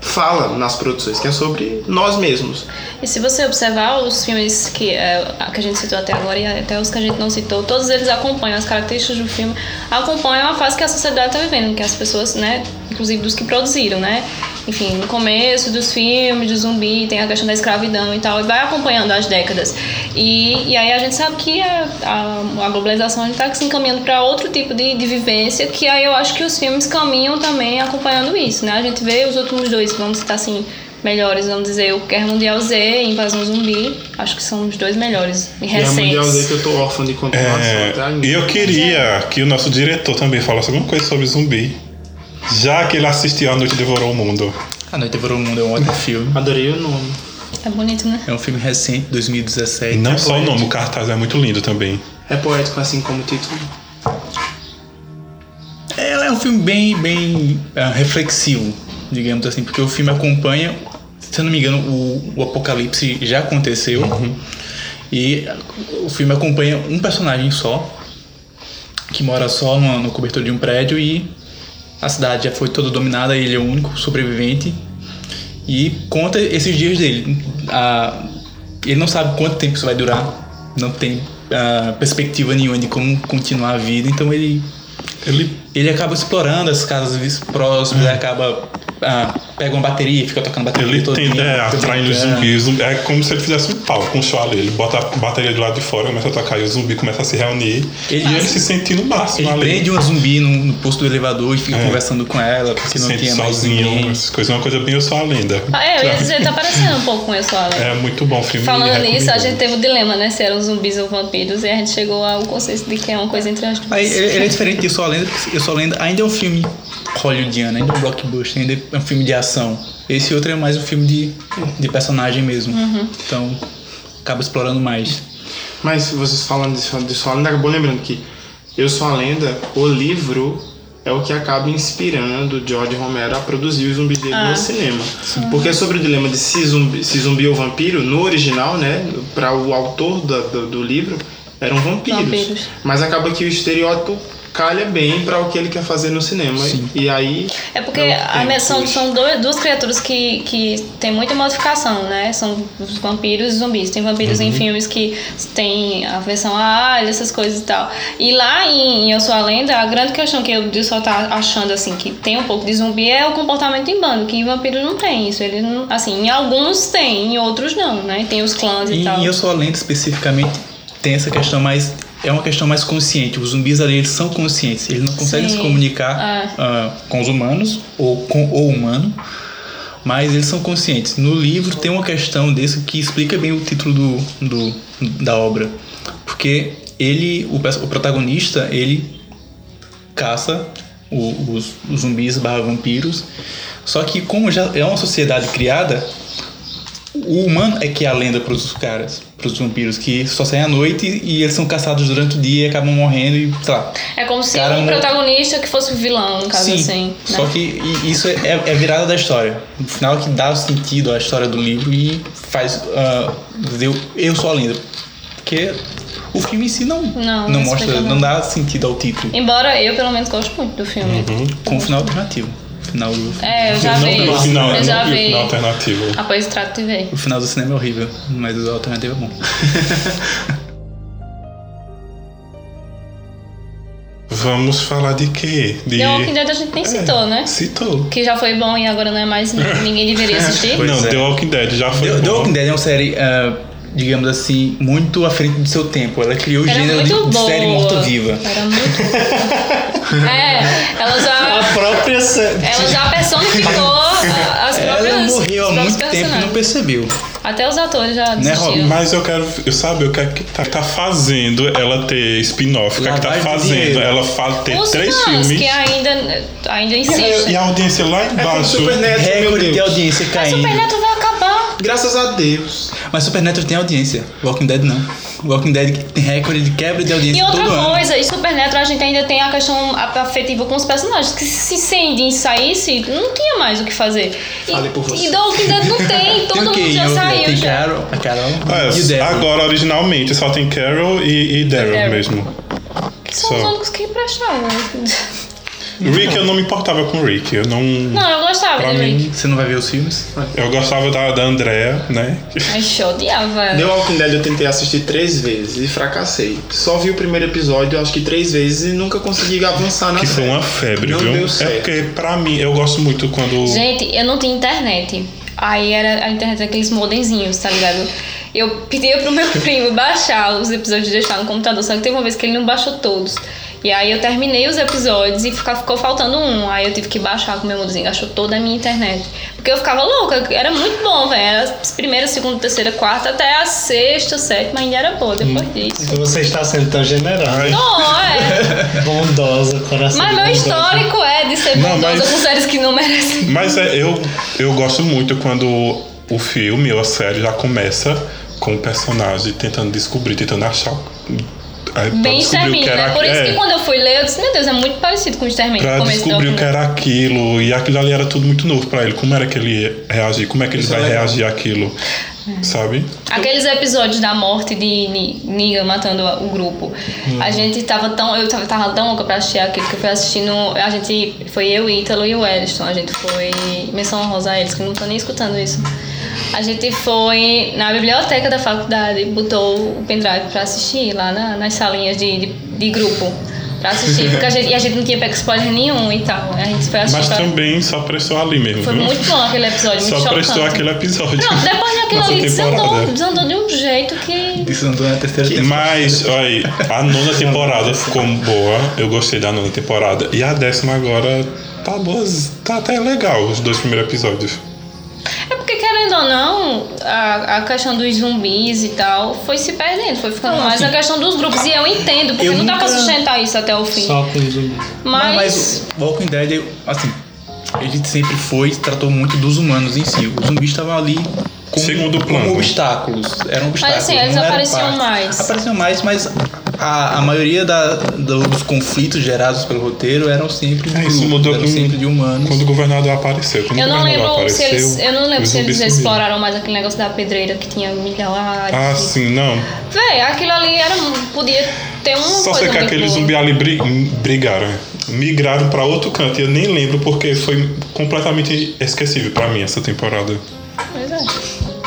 [SPEAKER 5] fala nas produções, que é sobre nós mesmos.
[SPEAKER 4] E se você observar os filmes que, é, a que a gente citou até agora e até os que a gente não citou, todos eles acompanham as características do filme, acompanham a fase que a sociedade está vivendo, que as pessoas, né, inclusive dos que produziram, né? Enfim, no começo dos filmes, do zumbi, tem a questão da escravidão e tal, e vai acompanhando as décadas. E, e aí a gente sabe que a, a, a globalização está se encaminhando para outro tipo de, de vivência, que aí eu acho que os filmes caminham também acompanhando isso, né? A gente vê os últimos dois, vamos citar assim, melhores, vamos dizer, o Guerra Mundial Z e Invasão Zumbi. Acho que são os dois melhores e
[SPEAKER 5] E a mundial Z
[SPEAKER 4] recentes.
[SPEAKER 5] que eu tô órfão de tá? continuação.
[SPEAKER 2] É,
[SPEAKER 1] tá
[SPEAKER 5] até ainda.
[SPEAKER 2] e eu queria que o nosso diretor também falasse alguma coisa sobre zumbi. Já que ele assistiu A Noite Devorou o Mundo.
[SPEAKER 1] A Noite Devorou o Mundo é um ótimo filme.
[SPEAKER 5] Adorei o nome.
[SPEAKER 4] É bonito, né?
[SPEAKER 1] É um filme recente, 2017.
[SPEAKER 2] E não só o
[SPEAKER 1] Poético.
[SPEAKER 2] nome, o cartaz é muito lindo também.
[SPEAKER 5] É poético assim como o título.
[SPEAKER 1] É, é um filme bem, bem ah, reflexivo, digamos assim, porque o filme acompanha, se eu não me engano, o, o apocalipse já aconteceu e o filme acompanha um personagem só que mora só no, no cobertor de um prédio e a cidade já foi toda dominada, ele é o único sobrevivente e conta esses dias dele. Ah, ele não sabe quanto tempo isso vai durar, não tem ah, perspectiva nenhuma de como continuar a vida, então ele
[SPEAKER 2] Ele
[SPEAKER 1] ele acaba explorando as casas próximas, ele acaba ah, pega uma bateria e fica tocando bateria
[SPEAKER 2] É. Ele
[SPEAKER 1] todo
[SPEAKER 2] tem,
[SPEAKER 1] tempo.
[SPEAKER 2] é,
[SPEAKER 1] todo
[SPEAKER 2] atrai
[SPEAKER 1] tempo,
[SPEAKER 2] nos
[SPEAKER 1] é.
[SPEAKER 2] zumbis. É como se ele fizesse um palco, um show ali. Ele bota a bateria do lado de fora, começa a tocar e o zumbi começa a se reunir.
[SPEAKER 1] Ele-
[SPEAKER 2] e ele se sentindo no máximo
[SPEAKER 1] Ele
[SPEAKER 2] ali.
[SPEAKER 1] prende uma zumbi no, no posto do elevador e fica conversando com ela, porque
[SPEAKER 2] É. se
[SPEAKER 1] não
[SPEAKER 2] sente
[SPEAKER 1] tinha mais
[SPEAKER 2] sozinho,
[SPEAKER 1] ninguém.
[SPEAKER 2] essas coisas. É uma coisa bem eu sou a lenda.
[SPEAKER 4] Ah, é, eu ia dizer, tá parecendo um pouco com isso, Alan.
[SPEAKER 2] É muito bom o filme.
[SPEAKER 4] Falando nisso, a
[SPEAKER 2] recomendo.
[SPEAKER 4] gente teve o dilema, né? Se eram zumbis ou vampiros, e a gente chegou ao consenso de que é uma coisa entre as duas.
[SPEAKER 1] Aí, ele, ele é diferente de Eu Sou a Lenda, porque Eu Sou a Lenda ainda é um filme hollywoodiano, ainda é um blockbuster, ainda é um filme de ação. Esse outro é mais um filme de, de personagem mesmo. Então, acaba explorando mais.
[SPEAKER 5] Mas vocês falando de Sua, de Sua Lenda, acabou lembrando que Eu Sou a Lenda, o livro, é o que acaba inspirando George Romero a produzir o zumbi dele
[SPEAKER 4] Ah.
[SPEAKER 5] no cinema. Porque é sobre o dilema de se zumbi, se zumbi ou vampiro, no original, né, para o autor da- do, do livro, eram vampiros.
[SPEAKER 4] Vampiros.
[SPEAKER 5] Mas acaba que o estereótipo calha bem para o que ele quer fazer no cinema. E aí.
[SPEAKER 4] É porque
[SPEAKER 5] Eu
[SPEAKER 4] a
[SPEAKER 5] tenho
[SPEAKER 4] minha- são,
[SPEAKER 5] dois.
[SPEAKER 4] são dois- duas criaturas que, que tem muita modificação, né? São os vampiros e zumbis. Tem vampiros em filmes que tem a versão a alho, essas coisas e tal. E lá em, em Eu Sou a Lenda, a grande questão que eu de só tá achando, assim, que tem um pouco de zumbi é o comportamento em bando, que vampiros não tem isso. Eles não, assim, em alguns tem, em outros não, né? Tem os clãs e,
[SPEAKER 1] E,
[SPEAKER 4] tal.
[SPEAKER 1] e Eu Sou a Lenda, especificamente, tem essa questão mais... É uma questão mais consciente. Os zumbis ali, eles são conscientes. Eles não conseguem
[SPEAKER 4] Sim.
[SPEAKER 1] se comunicar
[SPEAKER 4] Ah.
[SPEAKER 1] ah, com os humanos, ou com o humano. Mas eles são conscientes. No livro tem uma questão desse que explica bem o título do, do- da obra. Porque ele, o, perso- o protagonista, ele caça o- os, os zumbis barra vampiros. Só que como já é uma sociedade criada, o humano é que é a lenda para os caras, para os vampiros, que só saem à noite e eles são caçados durante o dia e acabam morrendo e, sei lá,
[SPEAKER 4] É como se
[SPEAKER 1] Cara,
[SPEAKER 4] um
[SPEAKER 1] não-
[SPEAKER 4] protagonista que fosse o vilão, no caso
[SPEAKER 1] Sim,
[SPEAKER 4] assim. né?
[SPEAKER 1] Só que i- isso é, é virada da história. No final que dá sentido à história do livro e faz ah, dizer o- eu sou a lenda. Porque o filme em si não,
[SPEAKER 4] Não,
[SPEAKER 1] não,
[SPEAKER 4] não
[SPEAKER 1] mostra,
[SPEAKER 4] explica, não.
[SPEAKER 1] não. dá sentido ao título.
[SPEAKER 4] Embora eu, pelo menos, goste muito do filme.
[SPEAKER 1] Com o final alternativo. O final do,
[SPEAKER 4] É, eu já
[SPEAKER 2] Eu não
[SPEAKER 4] vi.
[SPEAKER 2] vi o final,
[SPEAKER 4] eu
[SPEAKER 2] eu não
[SPEAKER 4] já
[SPEAKER 2] vi o
[SPEAKER 4] vi.
[SPEAKER 2] final alternativo.
[SPEAKER 4] Após o trato de ver.
[SPEAKER 1] o final do cinema é horrível, mas o alternativo é bom.
[SPEAKER 2] Vamos falar de quê? De...
[SPEAKER 4] The Walking Dead a gente
[SPEAKER 1] É.
[SPEAKER 4] nem citou, né?
[SPEAKER 2] Citou.
[SPEAKER 4] Que já foi bom e agora não é mais, ninguém deveria assistir.
[SPEAKER 1] Pois
[SPEAKER 2] não,
[SPEAKER 1] é.
[SPEAKER 2] The Walking Dead já foi
[SPEAKER 1] The, The
[SPEAKER 2] bom.
[SPEAKER 1] Walking Dead é uma série, ah, digamos assim, muito à frente do seu tempo. Ela criou o
[SPEAKER 4] Era
[SPEAKER 1] gênero de,
[SPEAKER 4] é muito
[SPEAKER 1] de
[SPEAKER 4] boa.
[SPEAKER 1] série morta-viva.
[SPEAKER 4] Era muito boa. É, ela
[SPEAKER 3] A
[SPEAKER 4] já,
[SPEAKER 3] própria série.
[SPEAKER 4] ela já personificou a- as próprias.
[SPEAKER 1] Ela morreu há
[SPEAKER 4] os próprios
[SPEAKER 1] muito tempo e não Né,
[SPEAKER 4] personagens.
[SPEAKER 1] percebeu.
[SPEAKER 4] Até os atores já
[SPEAKER 1] Rob?
[SPEAKER 4] desistiram.
[SPEAKER 2] Mas eu quero, eu sabe, eu quero que tá, tá fazendo ela ter spin-off, o que é que tá
[SPEAKER 1] Lavagem de
[SPEAKER 2] fazendo
[SPEAKER 1] dinheiro.
[SPEAKER 2] ela fa ter
[SPEAKER 4] Os
[SPEAKER 2] três
[SPEAKER 4] fãs
[SPEAKER 2] filmes.
[SPEAKER 4] que ainda, ainda
[SPEAKER 2] E a-
[SPEAKER 4] insistem.
[SPEAKER 2] E a audiência lá
[SPEAKER 1] É
[SPEAKER 2] embaixo.
[SPEAKER 5] Supernet, meu
[SPEAKER 1] Recorde de
[SPEAKER 5] Deus.
[SPEAKER 1] audiência
[SPEAKER 4] Mas
[SPEAKER 1] caindo.
[SPEAKER 4] Supernatural vai acabar.
[SPEAKER 5] Graças a Deus.
[SPEAKER 1] Mas Supernatural tem audiência. Walking Dead não. Walking Dead tem recorde de quebra de audiência
[SPEAKER 4] E outra
[SPEAKER 1] todo ano.
[SPEAKER 4] coisa, e Supernatural a gente ainda tem a questão afetiva com os personagens, que se Sandy saísse, não tinha mais o que fazer. E,
[SPEAKER 5] Fale por você.
[SPEAKER 4] e The Walking Dead não tem,
[SPEAKER 1] Tem
[SPEAKER 4] todo
[SPEAKER 1] o quê?
[SPEAKER 4] mundo já
[SPEAKER 1] Em Walking Dead
[SPEAKER 4] saiu
[SPEAKER 1] tem
[SPEAKER 4] já.
[SPEAKER 1] Carol, a Carol e o
[SPEAKER 2] É,
[SPEAKER 1] Deborah.
[SPEAKER 2] agora, originalmente, só tem Carol e, e Daryl
[SPEAKER 4] Daryl.
[SPEAKER 2] mesmo.
[SPEAKER 4] Que são os
[SPEAKER 2] Só.
[SPEAKER 4] únicos que prestaram.
[SPEAKER 2] Rick, eu não me importava com o Rick. Eu não.
[SPEAKER 4] Não, eu gostava
[SPEAKER 2] Pra
[SPEAKER 4] de
[SPEAKER 2] mim-
[SPEAKER 4] Rick.
[SPEAKER 1] Você não vai ver os filmes?
[SPEAKER 2] Eu gostava da, da Andrea, né?
[SPEAKER 4] Mas eu odiava.
[SPEAKER 5] The Walking Dead eu tentei assistir três vezes e fracassei. Só vi o primeiro episódio, acho que três vezes, e nunca consegui avançar na
[SPEAKER 2] Que foi um Tipo, uma
[SPEAKER 5] série.
[SPEAKER 2] febre,
[SPEAKER 5] Não
[SPEAKER 2] viu?
[SPEAKER 5] deu
[SPEAKER 2] é
[SPEAKER 5] certo.
[SPEAKER 2] porque, pra mim, eu gosto muito quando.
[SPEAKER 4] Gente, eu não tinha internet. Aí era a internet daqueles modemzinhos, tá ligado? Eu pedia pro meu primo baixar os episódios e deixar no computador, só que teve uma vez que ele não baixou todos. E aí eu terminei os episódios e fica- ficou faltando um. Aí eu tive que baixar com o meu modemzinho, gastou toda a minha internet. Porque eu ficava louca, era muito bom, velho. Era primeira, segunda, terceira, quarta, até a sexta, sétima, ainda era boa
[SPEAKER 2] Hum.
[SPEAKER 4] depois disso.
[SPEAKER 3] Você está sendo tão generosa,
[SPEAKER 2] Ai,
[SPEAKER 4] Não, é.
[SPEAKER 3] bondosa, coração.
[SPEAKER 4] Mas meu
[SPEAKER 3] bondoso.
[SPEAKER 4] histórico é de ser
[SPEAKER 2] Não,
[SPEAKER 4] bondosa
[SPEAKER 2] mas-
[SPEAKER 4] com séries que não merecem.
[SPEAKER 2] Mas é, eu, eu gosto muito quando o filme ou a série já começa com o personagem tentando descobrir, tentando achar. Aí, pra
[SPEAKER 4] Bem
[SPEAKER 2] descobrir o que
[SPEAKER 4] Extermínio,
[SPEAKER 2] era-
[SPEAKER 4] né? Por isso
[SPEAKER 2] é,
[SPEAKER 4] que quando né? eu fui ler, eu disse, meu Deus, é muito parecido com o Extermínio.
[SPEAKER 2] Pra
[SPEAKER 4] no começo do
[SPEAKER 2] descobrir o que
[SPEAKER 4] documento.
[SPEAKER 2] era aquilo, e aquilo ali era tudo muito novo pra ele. Como era que ele ia reagir? Como é que ele vai reagir àquilo? Sabe?
[SPEAKER 4] Aqueles episódios da morte de Ni- Negan matando o grupo.
[SPEAKER 2] Hum.
[SPEAKER 4] A gente tava tão. Eu tava, tava tão louca pra assistir aquilo que eu fui assistindo. A gente. Foi eu, Ítalo e o Wellington. A gente foi. Menção honrosa a eles, que não tô nem escutando isso. A gente foi na biblioteca da faculdade, botou o pendrive pra assistir lá na- nas salinhas de, de, de grupo. Pra pra assistir. Porque a gente, e a gente não tinha pego spoiler nenhum e tal. A gente foi assistir.
[SPEAKER 2] Mas
[SPEAKER 4] pra-
[SPEAKER 2] também só prestou ali mesmo.
[SPEAKER 4] tá. Foi
[SPEAKER 2] viu?
[SPEAKER 4] muito bom aquele episódio, muito
[SPEAKER 2] Uhum. Só
[SPEAKER 4] chocante.
[SPEAKER 2] prestou aquele episódio.
[SPEAKER 4] Não, depois daquilo
[SPEAKER 2] Nossa né?
[SPEAKER 4] ali desandou,
[SPEAKER 2] temporada.
[SPEAKER 4] desandou de um jeito que.
[SPEAKER 1] Desandou na terceira temporada.
[SPEAKER 2] Mas, olha, aí, a nona temporada ficou boa. Eu gostei da nona temporada. E a décima agora tá boa. Tá até legal os dois primeiros episódios.
[SPEAKER 4] É porque, querendo ou não, a, a questão dos zumbis e tal foi se perdendo, foi ficando mais
[SPEAKER 2] assim,
[SPEAKER 4] a questão dos grupos. E eu entendo, porque
[SPEAKER 1] Eu
[SPEAKER 4] não dá pra
[SPEAKER 1] nunca-
[SPEAKER 4] sustentar isso até o fim.
[SPEAKER 3] Só com zumbi.
[SPEAKER 1] Mas,
[SPEAKER 4] Mas.
[SPEAKER 1] o Walking Dead, eu- assim, ele sempre foi, tratou muito dos humanos em si. Os zumbis estavam ali como,
[SPEAKER 2] Segundo
[SPEAKER 1] como
[SPEAKER 2] plano.
[SPEAKER 1] obstáculos. Eram obstáculos.
[SPEAKER 4] assim, eles
[SPEAKER 1] não eram
[SPEAKER 4] apareciam
[SPEAKER 1] parte.
[SPEAKER 4] mais.
[SPEAKER 1] Apareciam mais, mas a, a maioria da- do- dos conflitos gerados pelo roteiro eram sempre de
[SPEAKER 2] É, isso
[SPEAKER 1] grupos,
[SPEAKER 2] mudou
[SPEAKER 1] eram
[SPEAKER 2] com-
[SPEAKER 1] sempre de humanos.
[SPEAKER 2] Quando o governador apareceu. Quando
[SPEAKER 4] Eu
[SPEAKER 2] o
[SPEAKER 4] não
[SPEAKER 2] governador
[SPEAKER 4] lembro se
[SPEAKER 2] apareceu,
[SPEAKER 4] eles. Eu não lembro
[SPEAKER 2] os
[SPEAKER 4] se eles
[SPEAKER 2] zumbis sumiram.
[SPEAKER 4] exploraram mais aquele negócio da pedreira que tinha milhares.
[SPEAKER 2] Ah, sim, não.
[SPEAKER 4] Véi, aquilo ali era. Podia ter um.
[SPEAKER 2] Só sei que aqueles zumbi ali bri- brigaram, né? migraram pra outro canto. E eu nem lembro porque foi completamente esquecível pra mim essa temporada.
[SPEAKER 4] Pois é.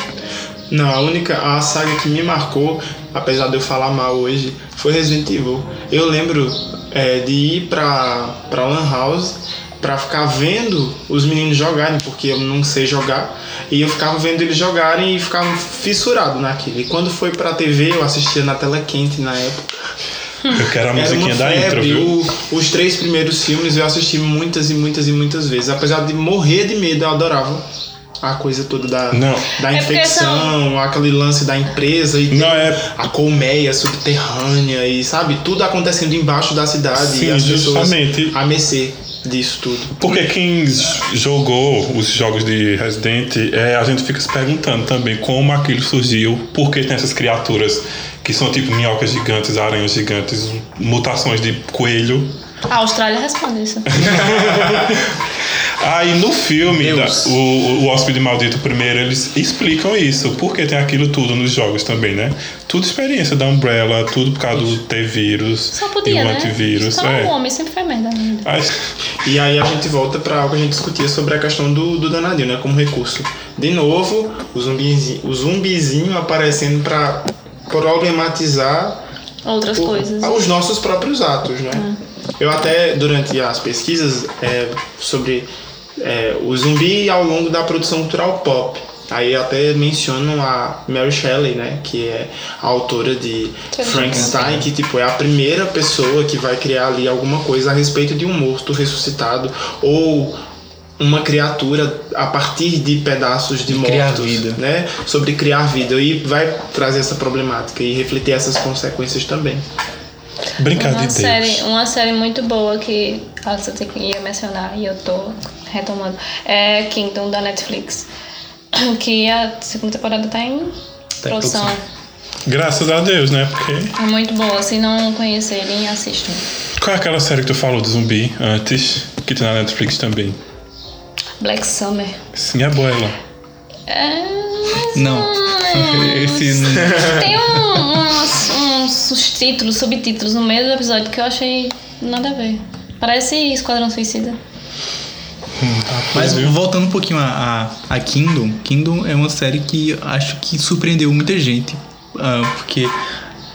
[SPEAKER 5] Não, a única a saga que me marcou, apesar de eu falar mal hoje, foi Resident Evil. Eu lembro é, de ir pra, pra Lan House pra ficar vendo os meninos jogarem, porque eu não sei jogar, e eu ficava vendo eles jogarem e ficava fissurado naquilo. E quando foi pra TV, eu assistia na tela quente na época.
[SPEAKER 2] Eu quero a
[SPEAKER 5] Era uma
[SPEAKER 2] musiquinha da
[SPEAKER 5] febre.
[SPEAKER 2] intro, viu?
[SPEAKER 5] O- os três primeiros filmes eu assisti muitas e muitas e muitas vezes. Apesar de morrer de medo, eu adorava a coisa toda da,
[SPEAKER 2] Não.
[SPEAKER 5] da
[SPEAKER 4] É porque
[SPEAKER 5] infecção, aquele lance da empresa e
[SPEAKER 2] Não,
[SPEAKER 5] tem
[SPEAKER 2] é-
[SPEAKER 5] a colmeia subterrânea e sabe, tudo acontecendo embaixo da cidade e
[SPEAKER 2] Sim,
[SPEAKER 5] as
[SPEAKER 2] assim, justamente.
[SPEAKER 5] pessoas a mercê disso tudo.
[SPEAKER 2] Porque quem j- jogou os jogos de Resident, é, a gente fica se perguntando também como aquilo surgiu, por que tem essas criaturas que são tipo minhocas gigantes, aranhas gigantes, mutações de coelho.
[SPEAKER 4] A Austrália responde isso.
[SPEAKER 2] Aí no filme, da,
[SPEAKER 1] Deus.
[SPEAKER 2] o, o- o Hóspede Maldito primeiro, eles explicam isso, porque tem aquilo tudo nos jogos também, né? Tudo experiência da Umbrella, tudo por causa do T-vírus
[SPEAKER 4] Só
[SPEAKER 2] e
[SPEAKER 4] podia,
[SPEAKER 2] o
[SPEAKER 4] né?
[SPEAKER 2] antivírus.
[SPEAKER 4] Só
[SPEAKER 2] é.
[SPEAKER 4] um homem sempre foi merda. né?
[SPEAKER 2] Aí-
[SPEAKER 5] E aí a gente volta pra algo que a gente discutia sobre a questão do, do danadinho, né? Como recurso. De novo, o zumbizinho, o zumbizinho aparecendo pra problematizar
[SPEAKER 4] Outras
[SPEAKER 5] o-
[SPEAKER 4] coisas.
[SPEAKER 5] aos nossos próprios atos, né? Eu até, durante as pesquisas é, sobre é, o zumbi ao longo da produção cultural pop, aí até mencionam a Mary Shelley, né? Que é a autora de
[SPEAKER 4] Que é
[SPEAKER 5] Frankenstein, que tipo, é a primeira pessoa que vai criar ali alguma coisa a respeito de um morto ressuscitado ou uma criatura a partir de pedaços de, mortos,
[SPEAKER 1] criar vida.
[SPEAKER 5] né? Sobre criar vida e vai trazer essa problemática e refletir essas consequências também.
[SPEAKER 2] brincar de
[SPEAKER 4] Uma
[SPEAKER 2] Deus.
[SPEAKER 4] série, uma série muito boa que a Santa ia mencionar e eu tô retomando é Kingdom da Netflix. Que a segunda temporada tá em
[SPEAKER 1] Tá em
[SPEAKER 4] produção.
[SPEAKER 2] Graças a Deus, né? Porque.
[SPEAKER 4] É muito boa. Se não conhecerem, assistam.
[SPEAKER 2] Qual é aquela série que tu falou de zumbi antes, que tem na Netflix também?
[SPEAKER 4] Black Summer.
[SPEAKER 2] Sim, é boa ela.
[SPEAKER 4] É, mas
[SPEAKER 1] Não. Esse não-
[SPEAKER 4] Tem um- uns, uns- uns títulos, subtítulos no meio do episódio que eu achei nada a ver. Parece Esquadrão Suicida.
[SPEAKER 5] Ah,
[SPEAKER 1] Mas
[SPEAKER 5] é.
[SPEAKER 2] Viu?
[SPEAKER 1] voltando um pouquinho a, a, a Kingdom, Kingdom é uma série que acho que surpreendeu muita gente. ah, porque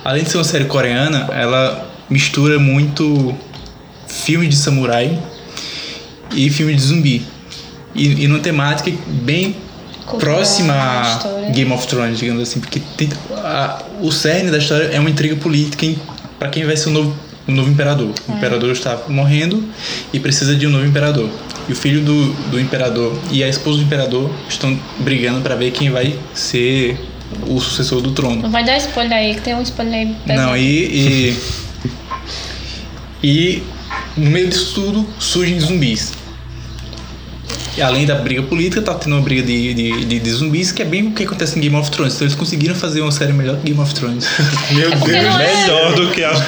[SPEAKER 1] além de ser uma série coreana, ela mistura muito filme de samurai e filme de zumbi. E, e numa temática bem
[SPEAKER 4] Cultural,
[SPEAKER 1] próxima a
[SPEAKER 4] história.
[SPEAKER 1] Game of Thrones, digamos assim, porque tem- a- o cerne da história é uma intriga política para quem vai ser o novo, o novo imperador. O imperador está morrendo e precisa de um novo imperador. E o filho do, do imperador e a esposa do imperador estão brigando para ver quem vai ser o sucessor do trono.
[SPEAKER 4] Não vai dar spoiler aí, que tem um spoiler aí. pesado.
[SPEAKER 1] Não, e, e. e no meio disso tudo surgem zumbis. E além da briga política, tá tendo uma briga de, de, de- de zumbis, que é bem o que acontece em Game of Thrones. Então eles conseguiram fazer uma série melhor que Game of Thrones.
[SPEAKER 5] Meu
[SPEAKER 4] porque
[SPEAKER 5] Deus.
[SPEAKER 4] não é-
[SPEAKER 2] Melhor do que as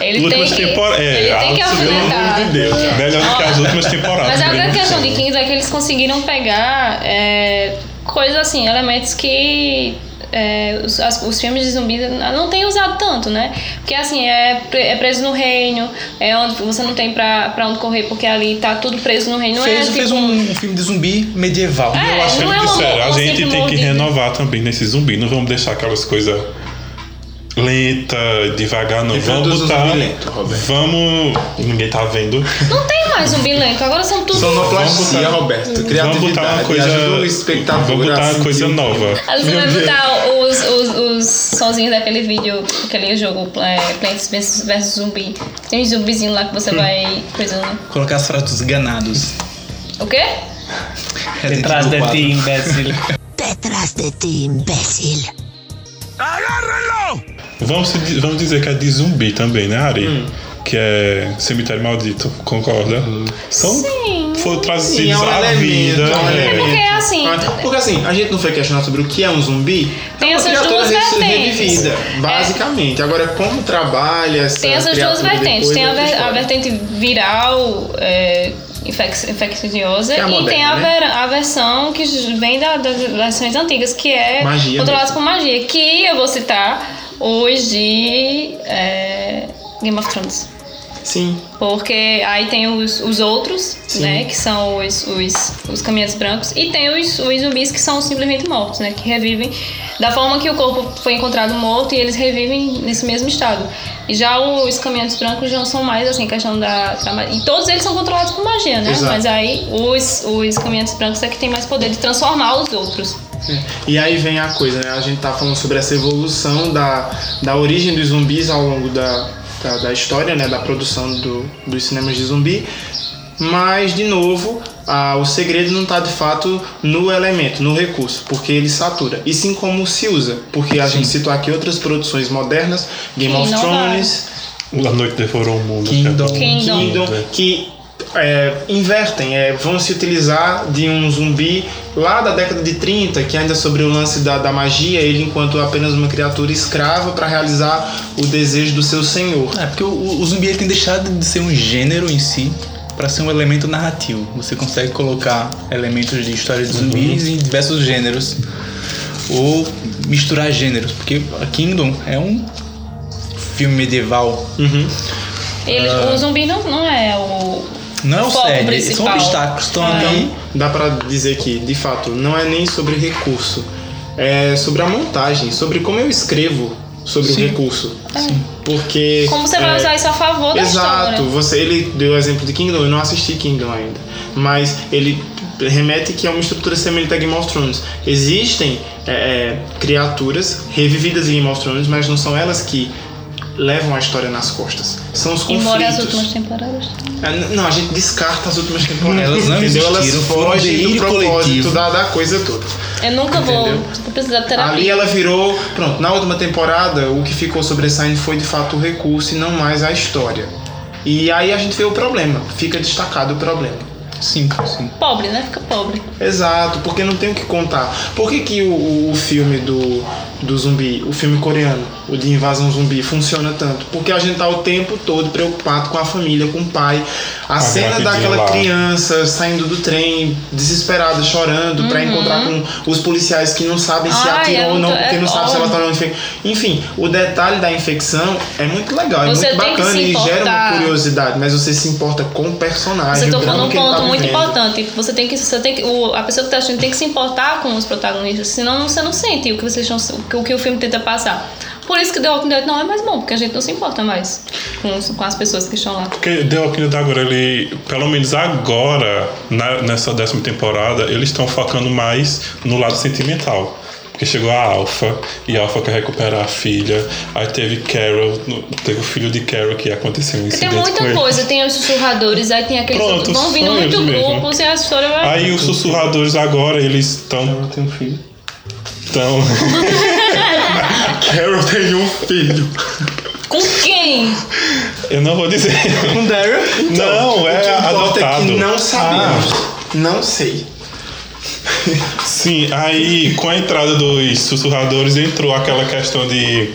[SPEAKER 4] Ele
[SPEAKER 2] últimas
[SPEAKER 4] tem que-
[SPEAKER 2] temporadas. É,
[SPEAKER 4] ele tem que alfinetar.
[SPEAKER 2] Melhor do que as últimas temporadas. assim.
[SPEAKER 4] Mas a
[SPEAKER 2] Game
[SPEAKER 4] grande
[SPEAKER 2] of
[SPEAKER 4] questão de
[SPEAKER 2] Thrones.
[SPEAKER 4] Kings é que eles conseguiram pegar é, coisas assim, elementos que é, os, as- os filmes de zumbi não têm usado tanto, né? Porque assim, é, pre- é preso no reino, é onde você não tem pra, pra onde correr, porque ali tá tudo preso no reino. não é,
[SPEAKER 1] fez,
[SPEAKER 4] tipo,
[SPEAKER 1] fez um, um filme de zumbi medieval.
[SPEAKER 4] É,
[SPEAKER 2] Eu acho
[SPEAKER 4] não
[SPEAKER 2] que
[SPEAKER 4] é uma
[SPEAKER 2] disseram,
[SPEAKER 4] mão-
[SPEAKER 2] a
[SPEAKER 4] mão
[SPEAKER 2] gente
[SPEAKER 4] sempre
[SPEAKER 2] tem que
[SPEAKER 4] mordida.
[SPEAKER 2] renovar também nesse zumbi. Não vamos deixar aquelas coisas lenta, devagar, não.
[SPEAKER 5] Defenda
[SPEAKER 2] Vamos
[SPEAKER 5] os
[SPEAKER 2] botar.
[SPEAKER 5] zumbi lento, Roberto.
[SPEAKER 2] Vamos. Ninguém tá vendo.
[SPEAKER 4] Não tem mais zumbi lento, agora são tudo.
[SPEAKER 5] Sonoplastia, Roberto.
[SPEAKER 2] Vamos botar uma
[SPEAKER 5] Criatividade.
[SPEAKER 2] coisa.
[SPEAKER 5] Ajuda o espectador
[SPEAKER 2] Vamos botar
[SPEAKER 5] a
[SPEAKER 2] uma
[SPEAKER 5] sentir
[SPEAKER 2] coisa
[SPEAKER 5] o clima.
[SPEAKER 2] nova.
[SPEAKER 4] Aí você vai botar os, os, os sonzinhos daquele vídeo, aquele jogo é, Plants vs vs Zumbi. Tem um zumbizinho lá que você
[SPEAKER 5] Hum.
[SPEAKER 4] vai coisando.
[SPEAKER 1] Colocar as frases dos É ganados.
[SPEAKER 4] O quê?
[SPEAKER 1] tipo
[SPEAKER 6] Detrás de ti, imbécil.
[SPEAKER 7] Detrás de ti, imbécil.
[SPEAKER 2] Vamos, se di- vamos dizer que é de zumbi também, né, Ari?
[SPEAKER 5] Hum.
[SPEAKER 2] Que é Cemitério Maldito, concorda? Então,
[SPEAKER 4] Sim.
[SPEAKER 2] foi trazido
[SPEAKER 5] Uhum. Sim, é um
[SPEAKER 2] à
[SPEAKER 5] elemento,
[SPEAKER 2] assim, vida.
[SPEAKER 5] é um
[SPEAKER 2] né?
[SPEAKER 5] elemento.
[SPEAKER 4] Porque é assim.
[SPEAKER 5] Ah, Porque assim, a gente não foi questionar sobre o que é um zumbi.
[SPEAKER 4] Tem
[SPEAKER 5] É uma
[SPEAKER 4] essas
[SPEAKER 5] criatura
[SPEAKER 4] duas
[SPEAKER 5] res-
[SPEAKER 4] vertentes. É.
[SPEAKER 5] Revivida, basicamente. Agora, como trabalha essa
[SPEAKER 4] Tem essas duas
[SPEAKER 5] criatura
[SPEAKER 4] vertentes.
[SPEAKER 5] né? depois, né?
[SPEAKER 4] Tem a,
[SPEAKER 5] outra
[SPEAKER 4] ver- a
[SPEAKER 5] história.
[SPEAKER 4] vertente viral, é, infec- infecciosa,
[SPEAKER 5] Que é a
[SPEAKER 4] e
[SPEAKER 5] moderna,
[SPEAKER 4] tem a,
[SPEAKER 5] né?
[SPEAKER 4] ver- a versão que vem da- das versões antigas, que é
[SPEAKER 5] Magia
[SPEAKER 4] controlada por magia. Que eu vou citar hoje é, Game of Thrones.
[SPEAKER 5] Sim.
[SPEAKER 4] Porque aí tem os, os outros, né? Que são os, os, os caminhantes brancos. E tem os, os zumbis que são simplesmente mortos, né? Que revivem da forma que o corpo foi encontrado morto e eles revivem nesse mesmo estado. E já os caminhantes brancos já são mais assim, questão da, da ma- E todos eles são controlados por magia, né?
[SPEAKER 5] Exato.
[SPEAKER 4] Mas aí os, os caminhantes brancos é que tem mais poder de transformar os outros.
[SPEAKER 5] E aí vem a coisa, né? A gente tá falando sobre essa evolução da, da origem dos zumbis ao longo da, da, da história, né? Da produção do, dos cinemas de zumbi. Mas, de novo, ah, o segredo não tá de fato no elemento, no recurso, porque ele satura. E sim como se usa, porque a gente citou aqui outras produções modernas, Game
[SPEAKER 4] Que
[SPEAKER 5] of
[SPEAKER 4] inovaram.
[SPEAKER 5] Thrones,
[SPEAKER 2] A noite devorou o mundo.
[SPEAKER 1] Kingdom.
[SPEAKER 2] que é bom.
[SPEAKER 4] Kingdom.
[SPEAKER 5] Kingdom, que é, invertem, é, vão se utilizar de um zumbi lá da década de 30, que ainda é sobre o lance da, da magia, ele enquanto apenas uma criatura escrava para realizar o desejo do seu senhor.
[SPEAKER 1] É, porque o, o zumbi ele tem deixado de ser um gênero em si para ser um elemento narrativo. Você consegue colocar elementos de história de zumbis em diversos gêneros ou misturar gêneros, porque a Kingdom é um filme medieval.
[SPEAKER 4] Eles,
[SPEAKER 5] Ah.
[SPEAKER 4] O zumbi não, não é o.
[SPEAKER 1] Não é o
[SPEAKER 4] Foco
[SPEAKER 1] sério, são
[SPEAKER 4] principal. É.
[SPEAKER 1] obstáculos que estão ali.
[SPEAKER 5] Então, dá para dizer que, de fato, não é nem sobre recurso, é sobre a montagem, sobre como eu escrevo sobre o recurso. Porque
[SPEAKER 4] É. Como você vai
[SPEAKER 5] é,
[SPEAKER 4] usar isso a favor da
[SPEAKER 5] Exato,
[SPEAKER 4] história?
[SPEAKER 5] você, ele deu o exemplo de Kingdom, eu não assisti Kingdom ainda. Mas ele remete que é uma estrutura semelhante a Game of Thrones. Existem é, é, criaturas revividas em Game of Thrones, mas não são elas que levam a história nas costas. São os
[SPEAKER 4] Embora as últimas
[SPEAKER 5] conflitos.
[SPEAKER 4] temporadas.
[SPEAKER 5] Ah, n- Não, a gente descarta as últimas temporadas.
[SPEAKER 1] Elas não
[SPEAKER 5] entendeu? Elas
[SPEAKER 1] existiram, foram um
[SPEAKER 5] fogem do
[SPEAKER 1] delírio
[SPEAKER 5] propósito
[SPEAKER 1] coletivo.
[SPEAKER 5] da, da coisa toda.
[SPEAKER 4] Eu nunca
[SPEAKER 5] Entendeu?
[SPEAKER 4] vou. Vou precisar de terapia.
[SPEAKER 5] Ali ela virou. Pronto, na última temporada, o que ficou sobressaindo foi de fato o recurso e não mais a história. E aí a gente vê o problema, fica destacado o problema.
[SPEAKER 1] Sim, sim.
[SPEAKER 4] Pobre, né? Fica pobre.
[SPEAKER 5] Exato, porque não tem o que contar. Por que, que o- o, o filme do, do zumbi, o filme coreano, o de invasão zumbi, funciona tanto? Porque a gente tá o tempo todo preocupado com a família, com o pai. A, cena
[SPEAKER 2] gravidez
[SPEAKER 5] daquela
[SPEAKER 2] lá.
[SPEAKER 5] criança saindo do trem, desesperada, chorando, pra encontrar com os policiais que não sabem se
[SPEAKER 4] Uhum. Ai,
[SPEAKER 5] atirou
[SPEAKER 4] é
[SPEAKER 5] ou não,
[SPEAKER 4] muito-
[SPEAKER 5] porque
[SPEAKER 4] é
[SPEAKER 5] não sabe se ela
[SPEAKER 4] óbvio.
[SPEAKER 5] tá não infecção. Enfim, o detalhe da infecção é muito legal, é
[SPEAKER 4] Você
[SPEAKER 5] muito
[SPEAKER 4] tem que
[SPEAKER 5] bacana
[SPEAKER 4] se
[SPEAKER 5] e gera uma
[SPEAKER 4] importar.
[SPEAKER 5] curiosidade, mas você se importa com o personagem.
[SPEAKER 4] Você tocou
[SPEAKER 5] com
[SPEAKER 4] num
[SPEAKER 5] o que ele tá
[SPEAKER 4] ponto muito
[SPEAKER 5] vivendo.
[SPEAKER 4] importante. Você tem que, você tem que, o- a pessoa que tá assistindo tem que se importar com os protagonistas, senão você não sente o que vocês estão, o que, o que o filme tenta passar. Por isso que The Walking Dead não é mais bom, porque a gente não se importa mais com, os- com as pessoas que estão lá.
[SPEAKER 2] Porque The Walking Dead agora, ele, pelo menos agora, na- nessa décima temporada, eles estão focando mais no lado sentimental. Porque chegou a Alpha, e a Alpha quer recuperar a filha. Aí teve Carol, no- teve o filho de Carol que aconteceu um
[SPEAKER 4] Tem
[SPEAKER 2] incidente com
[SPEAKER 4] muita
[SPEAKER 2] ele.
[SPEAKER 4] coisa, tem os sussurradores, aí tem aqueles
[SPEAKER 2] Pronto,
[SPEAKER 4] outros. Vão vindo
[SPEAKER 2] são
[SPEAKER 4] muito
[SPEAKER 2] eles mesmo.
[SPEAKER 4] grupos e a história vai.
[SPEAKER 2] Aí os sussurradores agora, eles estão...
[SPEAKER 5] Eu tenho um filho.
[SPEAKER 2] Tão...
[SPEAKER 5] Carol tem um filho.
[SPEAKER 4] Com quem?
[SPEAKER 2] Eu não vou dizer.
[SPEAKER 5] Com Daryl?
[SPEAKER 2] Não, é
[SPEAKER 5] É
[SPEAKER 2] adotado.
[SPEAKER 5] que não sabemos. Não sei.
[SPEAKER 2] Sim, aí com a entrada dos sussurradores entrou aquela questão de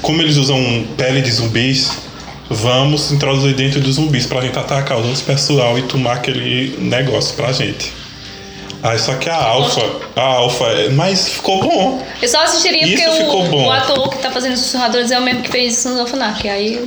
[SPEAKER 2] como eles usam pele de zumbis, vamos introduzir dentro dos zumbis pra gente atacar os outros pessoal e tomar aquele negócio pra gente. Aí só que a Alpha, a Alpha, mas ficou bom.
[SPEAKER 4] Eu só assistiria
[SPEAKER 2] Isso
[SPEAKER 4] porque
[SPEAKER 2] ficou
[SPEAKER 4] o,
[SPEAKER 2] bom.
[SPEAKER 4] o ator que tá fazendo os sussurradores é o mesmo que fez isso no Zofanark. Aí.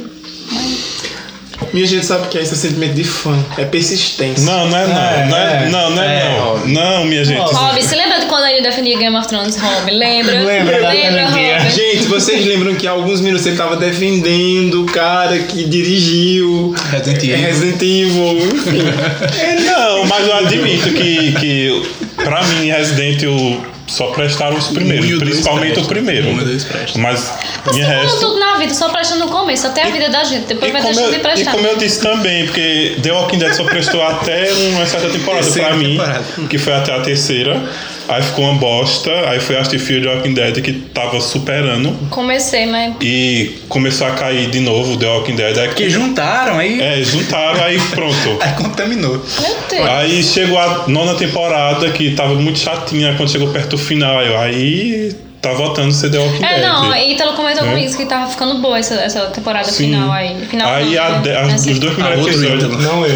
[SPEAKER 5] Minha gente sabe o que é esse sentimento de fã. É persistência.
[SPEAKER 2] Não, não é não.
[SPEAKER 3] É,
[SPEAKER 2] não, é,
[SPEAKER 3] é.
[SPEAKER 2] não, não é,
[SPEAKER 3] É,
[SPEAKER 2] não. Não, minha gente.
[SPEAKER 4] Rob, você lembra de quando ele defendia Game of Thrones, Rob? Lembra?
[SPEAKER 3] Lembra da
[SPEAKER 4] Lembra,
[SPEAKER 3] academia.
[SPEAKER 4] Rob?
[SPEAKER 5] Gente, vocês lembram que há alguns minutos ele tava defendendo o cara que dirigiu
[SPEAKER 1] Resident Evil.
[SPEAKER 5] Resident Evil, enfim.
[SPEAKER 2] Não, mas eu admito que, que pra mim, Resident Evil só prestaram os primeiros.
[SPEAKER 1] Um e o dois
[SPEAKER 2] principalmente o
[SPEAKER 1] prestam.
[SPEAKER 2] primeiro.
[SPEAKER 1] Um e dois prestam.
[SPEAKER 2] Mas
[SPEAKER 4] Assim
[SPEAKER 2] de
[SPEAKER 4] como
[SPEAKER 2] resto.
[SPEAKER 4] tudo na vida, só presta no começo, até a vida da gente. Depois
[SPEAKER 2] E
[SPEAKER 4] vai
[SPEAKER 2] como,
[SPEAKER 4] deixando de
[SPEAKER 2] eu, e
[SPEAKER 4] prestar.
[SPEAKER 2] como eu disse também, porque The Walking Dead só prestou até uma certa temporada
[SPEAKER 1] Terceira
[SPEAKER 2] pra mim,
[SPEAKER 1] temporada.
[SPEAKER 2] que foi até a terceira. Aí ficou uma bosta. Aí foi assistir Fear The Walking Dead que tava superando.
[SPEAKER 4] Comecei, mas.
[SPEAKER 2] E começou a cair de novo The Walking Dead. Aí,
[SPEAKER 1] Porque juntaram, aí,
[SPEAKER 2] É, juntaram, aí pronto.
[SPEAKER 1] aí contaminou.
[SPEAKER 4] Meu Deus.
[SPEAKER 2] Aí chegou a nona temporada, que tava muito chatinha quando chegou perto do final. Aí, eu, aí tá voltando o The Walking
[SPEAKER 4] É,
[SPEAKER 2] Dead.
[SPEAKER 4] não, a Ítalo comentou
[SPEAKER 2] É.
[SPEAKER 4] comigo que tava ficando boa essa, essa temporada
[SPEAKER 2] Sim.
[SPEAKER 4] final aí. Final
[SPEAKER 2] Aí
[SPEAKER 4] não,
[SPEAKER 2] a
[SPEAKER 4] né?
[SPEAKER 2] de- as-
[SPEAKER 4] Nessa-
[SPEAKER 2] os dois
[SPEAKER 1] Ah,
[SPEAKER 2] primeiros
[SPEAKER 1] outro
[SPEAKER 2] episódios.
[SPEAKER 1] ídolo.
[SPEAKER 3] Não eu.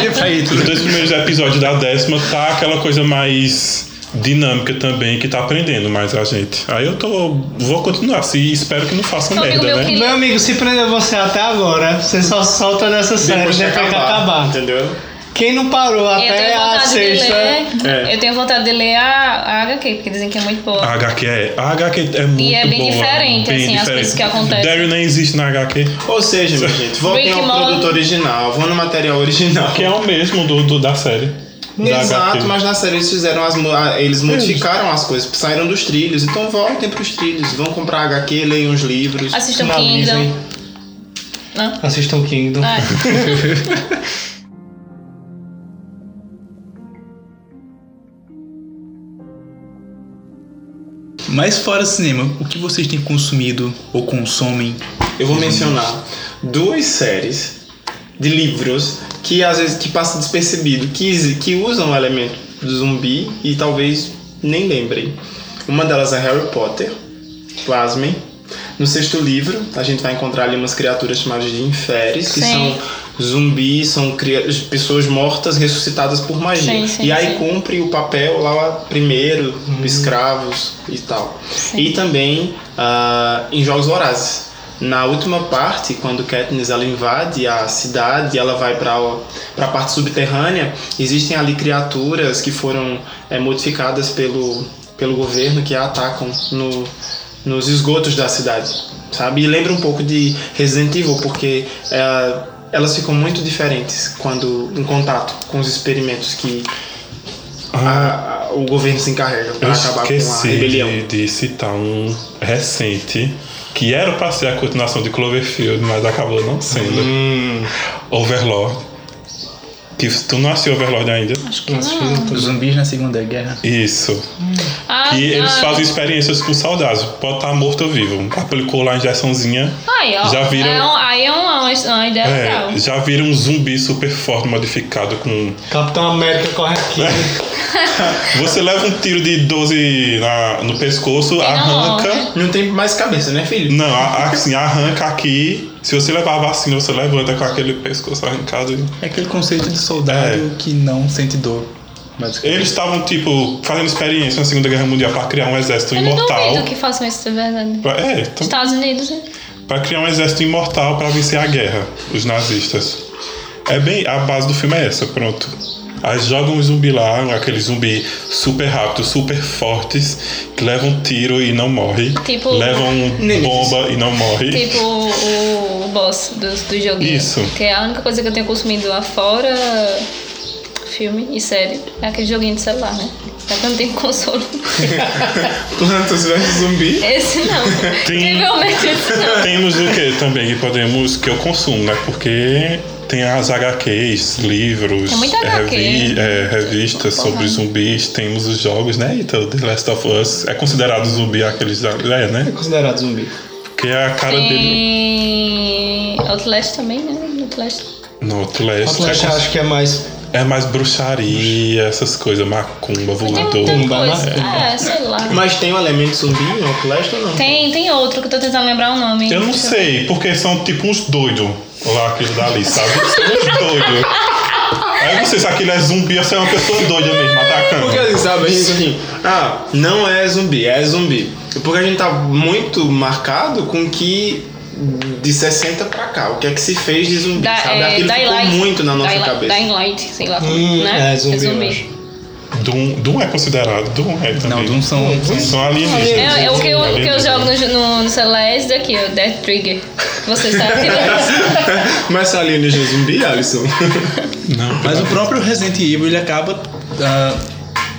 [SPEAKER 1] Olha pra aí,
[SPEAKER 2] Os
[SPEAKER 1] tudo.
[SPEAKER 2] dois primeiros episódios da décima tá aquela coisa mais dinâmica também, que tá aprendendo mais a gente. Aí eu tô. vou continuar, se espero que não faça
[SPEAKER 4] Então, amigo
[SPEAKER 2] merda,
[SPEAKER 4] meu
[SPEAKER 2] né?
[SPEAKER 4] querido.
[SPEAKER 3] Meu amigo, se prendeu você até agora, você só solta nessa série depois
[SPEAKER 5] Depois de
[SPEAKER 3] que acabar.
[SPEAKER 5] Entendeu?
[SPEAKER 3] Quem não parou
[SPEAKER 4] Eu
[SPEAKER 3] até
[SPEAKER 4] tenho
[SPEAKER 3] a
[SPEAKER 4] vontade de
[SPEAKER 3] sexta.
[SPEAKER 2] É.
[SPEAKER 4] ler. Eu tenho vontade de ler a, a HQ, porque dizem que é muito boa.
[SPEAKER 2] A HQ é. A HQ é muito
[SPEAKER 4] é bem
[SPEAKER 2] boa,
[SPEAKER 4] diferente, assim, as coisas que acontecem.
[SPEAKER 2] Daryl nem existe na HQ.
[SPEAKER 5] Ou seja, minha gente, voltem
[SPEAKER 4] Rick
[SPEAKER 5] ao
[SPEAKER 4] Morty.
[SPEAKER 5] produto original, vão no material original.
[SPEAKER 2] Que é o mesmo do, do- da série. da
[SPEAKER 5] Exato,
[SPEAKER 2] HQ.
[SPEAKER 5] mas na série eles fizeram as mu- ah, eles modificaram as coisas, saíram dos trilhos, então voltem pros trilhos, vão comprar HQ, leiam os livros.
[SPEAKER 4] Assistam
[SPEAKER 3] Na
[SPEAKER 4] Kingdom.
[SPEAKER 3] Disney.
[SPEAKER 4] Hã?
[SPEAKER 3] Assistam Kingdom.
[SPEAKER 4] Ah,
[SPEAKER 1] Mas fora cinema, o que vocês têm consumido ou consomem?
[SPEAKER 5] Eu vou mencionar duas séries de livros que às vezes que passa despercebido, que, exi- que usam o elemento do zumbi e talvez nem lembrem. Uma delas é Harry Potter, Plasmin. No sexto livro, a gente vai encontrar ali umas criaturas chamadas de inferes, que
[SPEAKER 4] Sim.
[SPEAKER 5] são zumbis, são cria- pessoas mortas ressuscitadas por
[SPEAKER 4] Sim,
[SPEAKER 5] magia.
[SPEAKER 4] sim,
[SPEAKER 5] e aí
[SPEAKER 4] sim.
[SPEAKER 5] cumpre o papel lá primeiro, escravos e tal.
[SPEAKER 4] Sim.
[SPEAKER 5] E também ah, em Jogos Vorazes. Na última parte, quando Katniss ela invade a cidade, ela vai para a parte subterrânea, existem ali criaturas que foram eh, modificadas pelo, pelo governo que a atacam no, nos esgotos da cidade, sabe? E lembra um pouco de Resident Evil, porque eh, elas ficam muito diferentes quando em contato com os experimentos que a- a- o governo se encarrega
[SPEAKER 2] Eu
[SPEAKER 5] para acabar com a
[SPEAKER 2] esqueci
[SPEAKER 5] rebelião.
[SPEAKER 2] de, de citar um recente que era pra ser a continuação de Cloverfield, mas acabou não sendo.
[SPEAKER 5] Hum.
[SPEAKER 2] Overlord. Que tu não assistiu Overlord ainda?
[SPEAKER 1] Os zumbis na Segunda Guerra.
[SPEAKER 2] Isso.
[SPEAKER 4] ah,
[SPEAKER 2] Que eles
[SPEAKER 4] ah,
[SPEAKER 2] fazem experiências com soldados. Pode estar morto ou vivo. Aplicou lá a injeçãozinha.
[SPEAKER 4] Aí, ó.
[SPEAKER 2] Já viram-
[SPEAKER 4] É um- aí é uma, uma, uma ideia legal.
[SPEAKER 2] É, já viram um zumbi super forte modificado com.
[SPEAKER 3] Capitão América corre aqui.
[SPEAKER 2] Você leva um tiro de 12 na- no pescoço, arranca.
[SPEAKER 4] morre.
[SPEAKER 5] Não tem mais cabeça, né, filho?
[SPEAKER 2] Não, a- a- assim, arranca aqui. Se você levar a vacina, você levanta com aquele pescoço arrancado.
[SPEAKER 1] É aquele conceito de
[SPEAKER 2] É.
[SPEAKER 1] soldado que não sente dor. basicamente.
[SPEAKER 2] Eles estavam, tipo, fazendo experiência na Segunda Guerra Mundial pra criar um exército
[SPEAKER 4] Eu não
[SPEAKER 2] imortal.
[SPEAKER 4] duvido que façam isso de verdade.
[SPEAKER 2] Pra, é, então,
[SPEAKER 4] Estados Unidos, né?
[SPEAKER 2] pra criar um exército imortal pra vencer a guerra, os nazistas. É bem. A base do filme é essa, pronto. Aí jogam um zumbi lá, aquele zumbi super rápido, super fortes, que levam um tiro e não morre.
[SPEAKER 4] Tipo-
[SPEAKER 2] Levam um
[SPEAKER 5] Nemesis.
[SPEAKER 2] bomba e não morre.
[SPEAKER 4] Tipo o, o boss do, do joguinho.
[SPEAKER 2] Isso.
[SPEAKER 4] Que é a única coisa que eu tenho consumido lá fora filme e série. É aquele joguinho de celular, né? Até que eu não tenho console.
[SPEAKER 5] Plantas versus zumbi.
[SPEAKER 4] Esse não.
[SPEAKER 2] Tem-
[SPEAKER 4] Incrivelmente esse não.
[SPEAKER 2] Temos o que também que podemos, que eu consumo, né? Porque tem as HQs, livros,
[SPEAKER 4] Tem muita
[SPEAKER 2] é,
[SPEAKER 4] HQ.
[SPEAKER 2] é, revistas sobre zumbis, temos os jogos, né? Então, The Last of Us é considerado zumbi aqueles da. É, né?
[SPEAKER 3] Considerado zumbi.
[SPEAKER 2] Porque é a cara dele.
[SPEAKER 4] Tem. Outlast também, né? Outlast.
[SPEAKER 2] No Outlast
[SPEAKER 3] Outlast
[SPEAKER 2] é,
[SPEAKER 3] eu
[SPEAKER 2] cons-
[SPEAKER 3] acho que é mais.
[SPEAKER 2] é mais bruxaria, essas coisas, macumba,
[SPEAKER 4] Tem um
[SPEAKER 2] voador.
[SPEAKER 4] muita
[SPEAKER 3] Tumba,
[SPEAKER 4] coisa.
[SPEAKER 3] né?
[SPEAKER 4] É, sei lá.
[SPEAKER 5] Mas tem o elemento zumbi em Outlast ou não?
[SPEAKER 4] Tem, tem outro que eu tô tentando lembrar o nome.
[SPEAKER 2] Eu não sei, porque são tipo uns doidos lá, aquilo dali, sabe? São uns doidos. Aí eu não sei se aquilo é zumbi ou se é uma pessoa doida mesmo, atacando.
[SPEAKER 5] Porque eles sabem isso assim, ah, não é zumbi, é zumbi. Porque a gente tá muito marcado com que de 60 pra cá. O que é que se fez de zumbi,
[SPEAKER 4] Da-
[SPEAKER 5] sabe?
[SPEAKER 4] é,
[SPEAKER 5] Aquilo ficou
[SPEAKER 4] Daylight-
[SPEAKER 5] muito na nossa
[SPEAKER 4] Daylight-
[SPEAKER 5] cabeça.
[SPEAKER 4] Dying Light, sei lá,
[SPEAKER 3] Hum,
[SPEAKER 4] né?
[SPEAKER 3] é, zumbi, eu
[SPEAKER 2] Doom, Doom é considerado, Doom é também.
[SPEAKER 1] Não, Doom são-
[SPEAKER 2] Doom são
[SPEAKER 4] É,
[SPEAKER 2] alienígenas.
[SPEAKER 4] é o que eu, o que eu
[SPEAKER 2] Alienígenas.
[SPEAKER 4] jogo no, no, no celular é esse daqui, ó, Death Trigger. Você sabe que é um não.
[SPEAKER 5] Mas são alienígena zumbi, Alisson?
[SPEAKER 2] Não,
[SPEAKER 1] Mas o próprio Resident Evil ele acaba ah,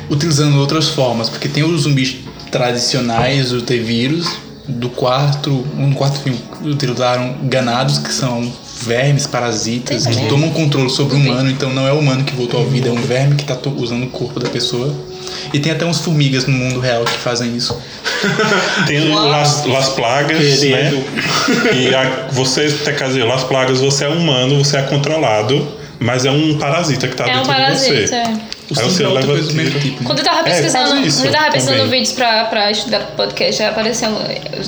[SPEAKER 1] utilizando outras formas, porque tem os zumbis tradicionais, o T-Vírus, do quarto, um quarto filme utilizaram ganados, que são vermes, parasitas, que tomam controle sobre o humano, então não é o humano que voltou à vida, é um verme que tá to- usando o corpo da pessoa. E tem até umas formigas no mundo real que fazem isso.
[SPEAKER 2] tem las, las plagas, né? E a, você, quer dizer, las plagas, você é humano, você é controlado, mas é um parasita que tá
[SPEAKER 4] É
[SPEAKER 2] dentro
[SPEAKER 4] um
[SPEAKER 2] de
[SPEAKER 4] parasita.
[SPEAKER 2] você.
[SPEAKER 4] é.
[SPEAKER 1] O
[SPEAKER 2] Aí
[SPEAKER 1] cinco
[SPEAKER 2] você
[SPEAKER 1] é outra
[SPEAKER 2] leva
[SPEAKER 1] coisa do mesmo
[SPEAKER 2] tiro.
[SPEAKER 1] tipo. né?
[SPEAKER 4] Quando eu tava
[SPEAKER 2] É,
[SPEAKER 4] pesquisando,
[SPEAKER 2] quase isso
[SPEAKER 4] quando eu tava pesquisando
[SPEAKER 2] também.
[SPEAKER 4] vídeos pra, pra estudar pro podcast, já apareceu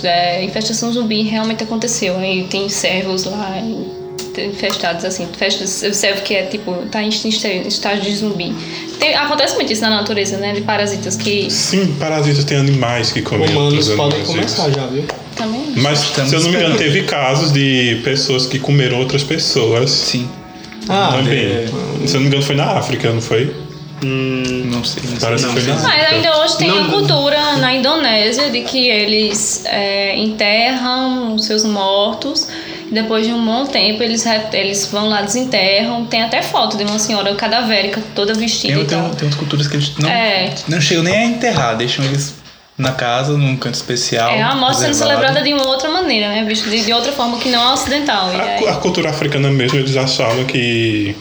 [SPEAKER 4] é, infestação zumbi realmente aconteceu. né? E tem servos lá e tem infestados assim, festas, o servo que é tipo, tá em est- em estágio de zumbi. Tem- acontece muito isso na natureza, né? De parasitas que
[SPEAKER 2] Sim, parasitas tem animais que comem
[SPEAKER 3] Humanos
[SPEAKER 2] outros
[SPEAKER 3] podem
[SPEAKER 2] animais,
[SPEAKER 3] começar
[SPEAKER 2] isso.
[SPEAKER 3] já, viu?
[SPEAKER 4] também.
[SPEAKER 2] Mas, se eu não me engano, teve casos de pessoas que comeram outras pessoas.
[SPEAKER 1] Sim,
[SPEAKER 3] Ah,
[SPEAKER 2] Também. Se eu não me engano, foi na África, não foi?
[SPEAKER 1] não sei. não sei.
[SPEAKER 2] Parece que é foi na
[SPEAKER 4] Mas
[SPEAKER 2] África.
[SPEAKER 4] ainda hoje tem a cultura na Indonésia de que eles é, enterram os seus mortos. e Depois de um bom tempo, eles, re- eles vão lá, desenterram. Tem até foto de uma senhora cadavérica, toda vestida
[SPEAKER 1] Tem,
[SPEAKER 4] e
[SPEAKER 1] tem,
[SPEAKER 4] tal.
[SPEAKER 1] tem outras culturas que eles não,
[SPEAKER 4] É.
[SPEAKER 1] não chegam nem a enterrar, deixam eles na casa, num canto especial.
[SPEAKER 4] É uma morte sendo
[SPEAKER 1] reservado.
[SPEAKER 4] celebrada de uma outra maneira, né? Visto de, de outra forma que não é ocidental. E
[SPEAKER 2] A,
[SPEAKER 4] aí-
[SPEAKER 2] cu- a cultura africana mesmo, eles achavam que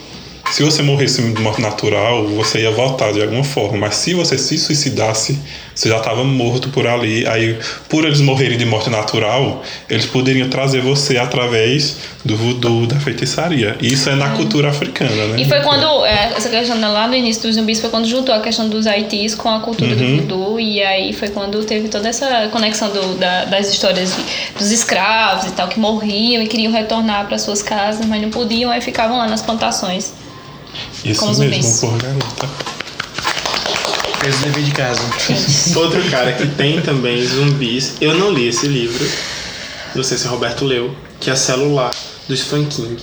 [SPEAKER 2] se você morresse de morte natural, você ia voltar de alguma forma. Mas se você se suicidasse, você já estava morto por ali. Aí, por eles morrerem de morte natural, eles poderiam trazer você através do voodoo, da feitiçaria. E Isso é na cultura africana, né?
[SPEAKER 4] Hum. E foi quando, é, essa questão lá no início dos zumbis, foi quando juntou a questão dos Haitis com a cultura do voodoo, e aí foi quando teve toda essa conexão do- da- das histórias de- dos escravos e tal, que morriam e queriam retornar para suas casas, mas não podiam, aí ficavam lá nas plantações.
[SPEAKER 2] Isso
[SPEAKER 4] como
[SPEAKER 2] mesmo,
[SPEAKER 4] zumbis.
[SPEAKER 2] por garota.
[SPEAKER 1] Fez o dever de casa.
[SPEAKER 5] Outro cara que tem também zumbis. Eu não li esse livro. Não sei se o Roberto leu. Que é Celular, do Stephen King.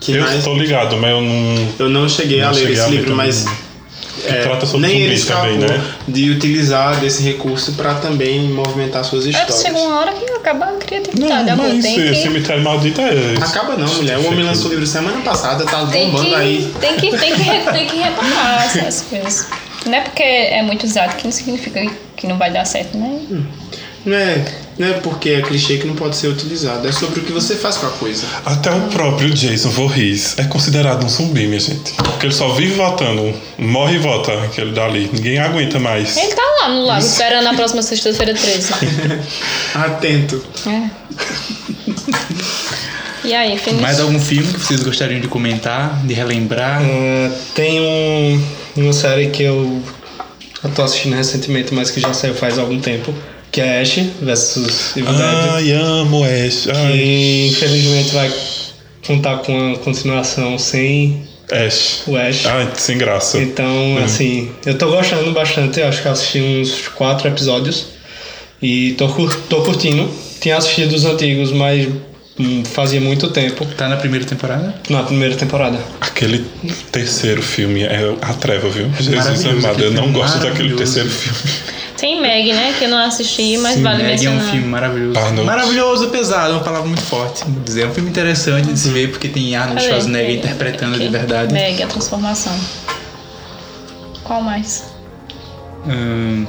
[SPEAKER 5] Que
[SPEAKER 2] Eu
[SPEAKER 5] mais-
[SPEAKER 2] estou ligado, mas eu não.
[SPEAKER 5] eu não cheguei
[SPEAKER 2] Não
[SPEAKER 5] a ler
[SPEAKER 2] cheguei a
[SPEAKER 5] esse
[SPEAKER 2] ler
[SPEAKER 5] livro,
[SPEAKER 2] também,
[SPEAKER 5] mas é,
[SPEAKER 2] não. Que trata sobre
[SPEAKER 5] nem ele
[SPEAKER 2] zumbis também,
[SPEAKER 5] escapou
[SPEAKER 2] né?
[SPEAKER 5] de utilizar desse recurso pra também movimentar suas
[SPEAKER 4] É, chegou
[SPEAKER 5] histórias.
[SPEAKER 4] uma hora que acaba a criatividade,
[SPEAKER 2] Não,
[SPEAKER 4] amor,
[SPEAKER 2] mas
[SPEAKER 4] Tá, tem
[SPEAKER 2] esse
[SPEAKER 4] que...
[SPEAKER 2] cemitério maldito é.
[SPEAKER 5] Acaba não, mulher. O homem lançou o livro semana passada, tá
[SPEAKER 4] Tem
[SPEAKER 5] bombando aí.
[SPEAKER 4] que, tem, que, tem, que, re- tem que reparar essas coisas. Não é porque é muito usado que não significa que não vai dar certo, né?
[SPEAKER 5] Não é, não é porque é clichê que não pode ser utilizado. É sobre o que você faz com a coisa.
[SPEAKER 2] Até o próprio Jason Voorhees é considerado um zumbi, minha gente. Porque ele só vive votando. Morre e vota aquele dali. Ninguém aguenta mais.
[SPEAKER 4] Ele tá lá no lago esperando a próxima sexta-feira 13.
[SPEAKER 5] Atento.
[SPEAKER 4] É. E aí, Felipe?
[SPEAKER 1] Mais algum filme que vocês gostariam de comentar, de relembrar?
[SPEAKER 3] É, tem um, uma série que eu, eu tô assistindo recentemente, mas que já saiu faz algum tempo, que é Ash vs Evil Dead.
[SPEAKER 2] Ai, amo Ash.
[SPEAKER 3] que
[SPEAKER 2] Ai.
[SPEAKER 3] infelizmente vai contar com a continuação sem
[SPEAKER 2] Ash.
[SPEAKER 3] o Ash.
[SPEAKER 2] Ai, sem graça.
[SPEAKER 3] Então,
[SPEAKER 2] Uhum.
[SPEAKER 3] assim, eu tô gostando bastante, eu acho que eu assisti uns quatro episódios e tô, cur- tô curtindo. Tinha assistido os antigos, mas hum, fazia muito tempo
[SPEAKER 1] Tá na primeira temporada?
[SPEAKER 3] na primeira temporada.
[SPEAKER 2] Aquele terceiro filme é a treva, viu? Jesus
[SPEAKER 1] maravilhoso,
[SPEAKER 2] amado, eu
[SPEAKER 1] aquele
[SPEAKER 2] não
[SPEAKER 1] filme
[SPEAKER 2] gosto daquele
[SPEAKER 1] maravilhoso.
[SPEAKER 2] terceiro filme.
[SPEAKER 4] Tem Meg, né? Que eu não assisti, mas
[SPEAKER 1] Sim,
[SPEAKER 4] vale
[SPEAKER 1] Meg é um
[SPEAKER 4] mencionar.
[SPEAKER 1] filme maravilhoso.
[SPEAKER 2] Arnold.
[SPEAKER 1] Maravilhoso, pesado, é uma palavra muito forte. Vou Dizer, é um filme interessante de se ver porque tem Arnold
[SPEAKER 4] Cadê?
[SPEAKER 1] Schwarzenegger interpretando
[SPEAKER 4] Aqui.
[SPEAKER 1] de verdade.
[SPEAKER 4] Meg, a transformação. Qual mais?
[SPEAKER 1] Hum,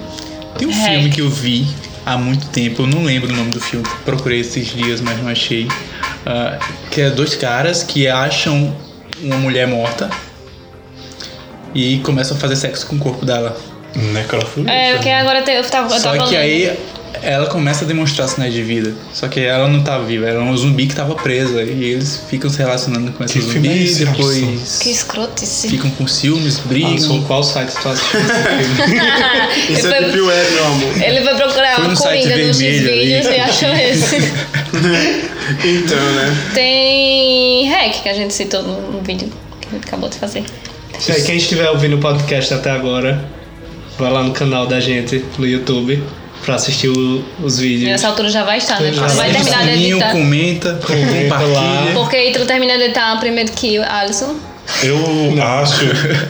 [SPEAKER 1] tem um
[SPEAKER 4] Hack.
[SPEAKER 1] filme que eu vi há muito tempo, eu não lembro o nome do filme, procurei esses dias, mas não achei. Ah, que é dois caras que acham uma mulher morta e começam a fazer sexo com o corpo dela.
[SPEAKER 2] Necrofilia.
[SPEAKER 4] É, porque agora te- eu tava, eu
[SPEAKER 1] Só
[SPEAKER 4] tava
[SPEAKER 1] que
[SPEAKER 4] lendo.
[SPEAKER 1] aí ela começa a demonstrar sinais de vida. Só que ela não tá viva, ela é um zumbi que tava presa. E eles ficam se relacionando com esse
[SPEAKER 2] Que filme
[SPEAKER 1] zumbi
[SPEAKER 2] é esse,
[SPEAKER 1] e
[SPEAKER 4] Que
[SPEAKER 1] depois
[SPEAKER 4] escrotice.
[SPEAKER 1] ficam com ciúmes, brigam.
[SPEAKER 3] Alisson, qual site
[SPEAKER 1] tá
[SPEAKER 3] tu assistiu?
[SPEAKER 5] Isso é
[SPEAKER 4] Ele
[SPEAKER 5] deep web, meu amor.
[SPEAKER 4] Ele vai procurar
[SPEAKER 1] Foi
[SPEAKER 4] uma
[SPEAKER 1] no site
[SPEAKER 4] coringa nos
[SPEAKER 1] vermelho ali.
[SPEAKER 4] vídeos e achou esse.
[SPEAKER 5] Então, né?
[SPEAKER 4] Tem Hack, que a gente citou no vídeo que a gente acabou de fazer.
[SPEAKER 3] Se aí quem estiver ouvindo o podcast até agora, vai lá no canal da gente no YouTube pra assistir o- os vídeos.
[SPEAKER 4] Nessa altura já vai estar, né?
[SPEAKER 3] Já
[SPEAKER 4] Vai
[SPEAKER 3] sei.
[SPEAKER 4] terminar de
[SPEAKER 1] Sininho,
[SPEAKER 4] editar.
[SPEAKER 1] comenta, compartilha.
[SPEAKER 4] Porque tu termina de editar primeiro que o Alisson.
[SPEAKER 2] Eu acho,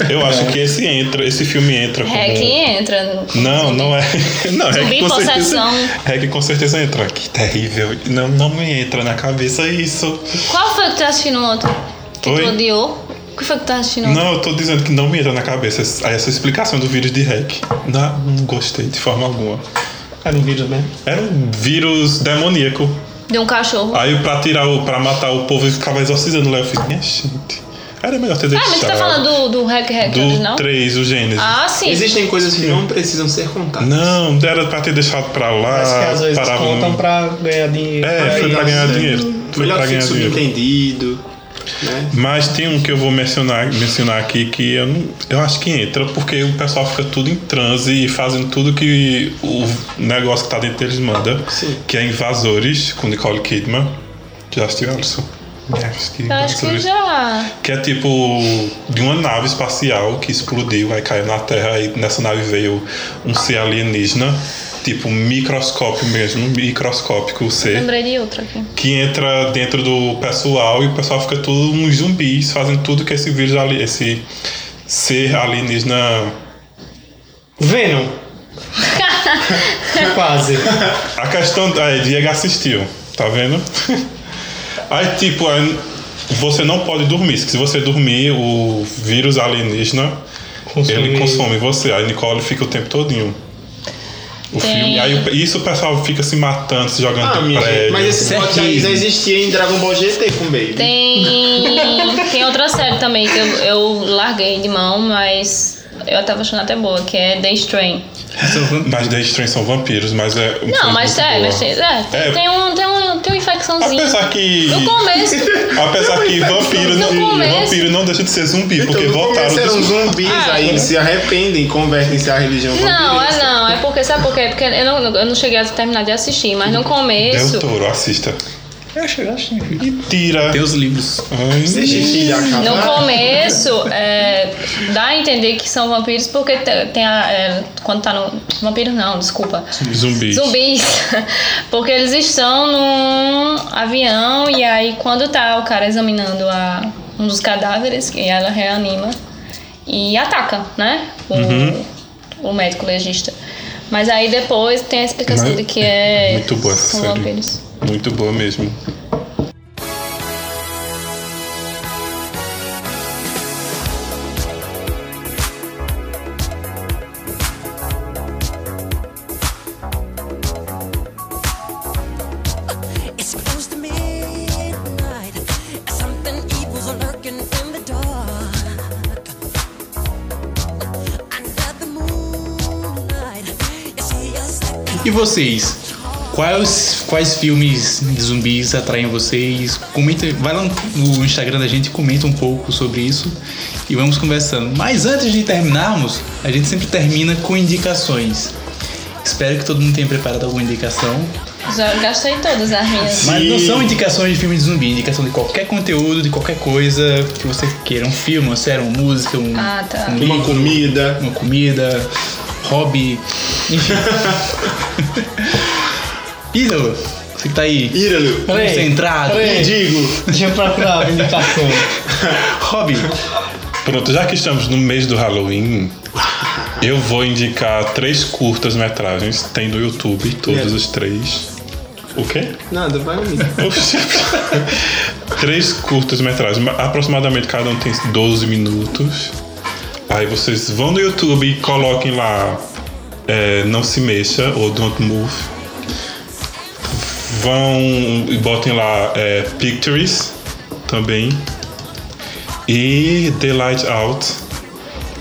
[SPEAKER 2] eu acho que esse entra, esse filme entra como.
[SPEAKER 4] É que entra. no-
[SPEAKER 2] Não, não é. Não, é
[SPEAKER 4] Zumbi
[SPEAKER 2] que com certeza.
[SPEAKER 4] possessão.
[SPEAKER 2] É que com certeza entra. Que terrível. Não, não me entra na cabeça isso.
[SPEAKER 4] Qual foi que tu assistiu no outro? Que
[SPEAKER 2] Oi?
[SPEAKER 4] tu odiou? O que foi que tu assistiu no outro?
[SPEAKER 2] Não, eu tô dizendo que não me entra na cabeça essa essa explicação do vírus de hack. Não, não gostei de forma alguma.
[SPEAKER 3] Era um vídeo mesmo.
[SPEAKER 2] Era um vírus demoníaco.
[SPEAKER 4] De um cachorro.
[SPEAKER 2] Aí pra tirar o. pra matar o povo e ficava exorcizando lá. Eu fiz, minha gente. Era melhor ter
[SPEAKER 4] Ah,
[SPEAKER 2] deixado.
[SPEAKER 4] mas tu tá falando do, do Hack Hack
[SPEAKER 2] do
[SPEAKER 4] original?
[SPEAKER 2] 3, o Gênesis.
[SPEAKER 4] Ah, sim.
[SPEAKER 5] Existem coisas que não precisam ser contadas.
[SPEAKER 2] Não, era pra ter deixado pra lá.
[SPEAKER 3] Parece que às vezes
[SPEAKER 2] parava um
[SPEAKER 3] contam
[SPEAKER 2] no-
[SPEAKER 3] pra ganhar dinheiro.
[SPEAKER 2] Ah, É, foi pra ganhar dinheiro. Foi
[SPEAKER 5] né? Melhor
[SPEAKER 2] pra
[SPEAKER 5] que fique
[SPEAKER 2] ganhar dinheiro.
[SPEAKER 5] subentendido. Né?
[SPEAKER 2] Mas tem um que eu vou mencionar, mencionar aqui que eu, não- eu acho que entra, porque o pessoal fica tudo em transe e fazendo tudo que o negócio que tá dentro deles manda.
[SPEAKER 5] Sim.
[SPEAKER 2] Que é Invasores, com Nicole Kidman. Já assistiu, Alisson? Já assisti
[SPEAKER 4] Eu acho que
[SPEAKER 2] Invasores.
[SPEAKER 4] já.
[SPEAKER 2] Que é tipo de uma nave espacial que explodiu, aí caiu na Terra, aí nessa nave veio um ser alienígena, tipo um microscópio mesmo, um microscópico ser
[SPEAKER 4] Lembrei de outro aqui.
[SPEAKER 2] que entra dentro do pessoal e o pessoal fica tudo uns zumbis, fazendo tudo que esse vírus ali, esse ser alienígena
[SPEAKER 3] Venom. Quase.
[SPEAKER 2] A questão. Aí, Diego assistiu, tá vendo? Aí, tipo, aí você não pode dormir. Se você dormir, o vírus alienígena
[SPEAKER 3] Consome-
[SPEAKER 2] ele consome você. Aí Nicole fica o tempo todinho. O
[SPEAKER 4] Tem.
[SPEAKER 2] filme. Aí o- isso o pessoal fica se matando, se jogando
[SPEAKER 5] Ah,
[SPEAKER 2] do
[SPEAKER 5] minha
[SPEAKER 2] prédio.
[SPEAKER 5] gente, mas esse plot aí
[SPEAKER 1] Terrível.
[SPEAKER 5] já existia em Dragon Ball GT com Baby.
[SPEAKER 4] Tem. Tem outra série também que eu, eu larguei de mão, mas eu tava achando até boa, que é The Strain.
[SPEAKER 2] Mas The Strange são vampiros, mas é. um
[SPEAKER 4] Não,
[SPEAKER 2] filme
[SPEAKER 4] mas
[SPEAKER 2] muito
[SPEAKER 4] é,
[SPEAKER 2] boa.
[SPEAKER 4] mas tem, é, tem,
[SPEAKER 2] É.
[SPEAKER 4] tem um, tem, um, tem uma infecçãozinha.
[SPEAKER 2] Apesar que.
[SPEAKER 4] No começo.
[SPEAKER 2] Apesar que vampiro
[SPEAKER 4] No
[SPEAKER 2] não,
[SPEAKER 4] começo.
[SPEAKER 2] vampiro não deixa de ser zumbi,
[SPEAKER 5] Então,
[SPEAKER 2] porque
[SPEAKER 5] no
[SPEAKER 2] voltaram
[SPEAKER 5] começo eram
[SPEAKER 2] dos...
[SPEAKER 5] zumbis,
[SPEAKER 4] Ah,
[SPEAKER 5] aí eles se arrependem, convertem-se à religião
[SPEAKER 4] Não, é
[SPEAKER 5] vampirista.
[SPEAKER 4] não. É porque, sabe por quê? Porque eu não, eu não cheguei a terminar de assistir, mas no começo.
[SPEAKER 2] Del Toro, assista.
[SPEAKER 6] Eu achei, eu achei.
[SPEAKER 2] E tira.
[SPEAKER 1] Tem os livros.
[SPEAKER 5] Deixa
[SPEAKER 2] Ai,
[SPEAKER 5] filho
[SPEAKER 4] No
[SPEAKER 5] acabar.
[SPEAKER 4] começo, é, dá a entender que são vampiros porque te- tem a. é, quando tá no. Vampiros não, desculpa.
[SPEAKER 2] Zumbis.
[SPEAKER 4] Zumbis. Porque eles estão num avião e aí quando tá o cara examinando a, um dos cadáveres, e ela reanima e ataca, né? O,
[SPEAKER 2] Uhum.
[SPEAKER 4] o médico legista. Mas aí depois tem a explicação
[SPEAKER 2] Mas-
[SPEAKER 4] de que é.
[SPEAKER 2] Muito boa essa
[SPEAKER 4] são
[SPEAKER 2] série.
[SPEAKER 4] vampiros.
[SPEAKER 2] Muito boa mesmo.
[SPEAKER 8] It's close to midnight. Something evil's lurking in the dark. Under the moonlight, you see us like
[SPEAKER 1] E vocês? Quais, quais filmes de zumbis atraem vocês? Comenta, vai lá no Instagram da gente, comenta um pouco sobre isso e vamos conversando. Mas antes de terminarmos, a gente sempre termina com indicações. Espero que todo mundo tenha preparado alguma indicação.
[SPEAKER 4] Já gastei todas as minhas.
[SPEAKER 1] Mas não são indicações de filmes de zumbi, indicação de qualquer conteúdo, de qualquer coisa que você queira. Um filme, uma série, uma música, um,
[SPEAKER 4] Ah, tá.
[SPEAKER 1] um
[SPEAKER 5] Uma
[SPEAKER 1] livro,
[SPEAKER 5] comida.
[SPEAKER 1] uma comida, hobby, enfim. Ídolo, você que tá aí.
[SPEAKER 5] Íralo.
[SPEAKER 1] Concentrado.
[SPEAKER 3] Peraí.
[SPEAKER 5] Digo.
[SPEAKER 3] Deixa eu procurar a indicação.
[SPEAKER 1] Hobby.
[SPEAKER 2] Pronto, já que estamos no mês do Halloween, eu vou indicar três curtas-metragens. Tem no YouTube,
[SPEAKER 4] É.
[SPEAKER 2] todos os três. O quê?
[SPEAKER 5] Nada, vai ouvir.
[SPEAKER 2] Oxi. Três curtas-metragens, ma- aproximadamente cada um tem 12 minutos. Aí vocês vão no YouTube e coloquem lá é, Não Se Mexa ou Don't Move. Vão e botem lá é, Pictures também. E The Light Out,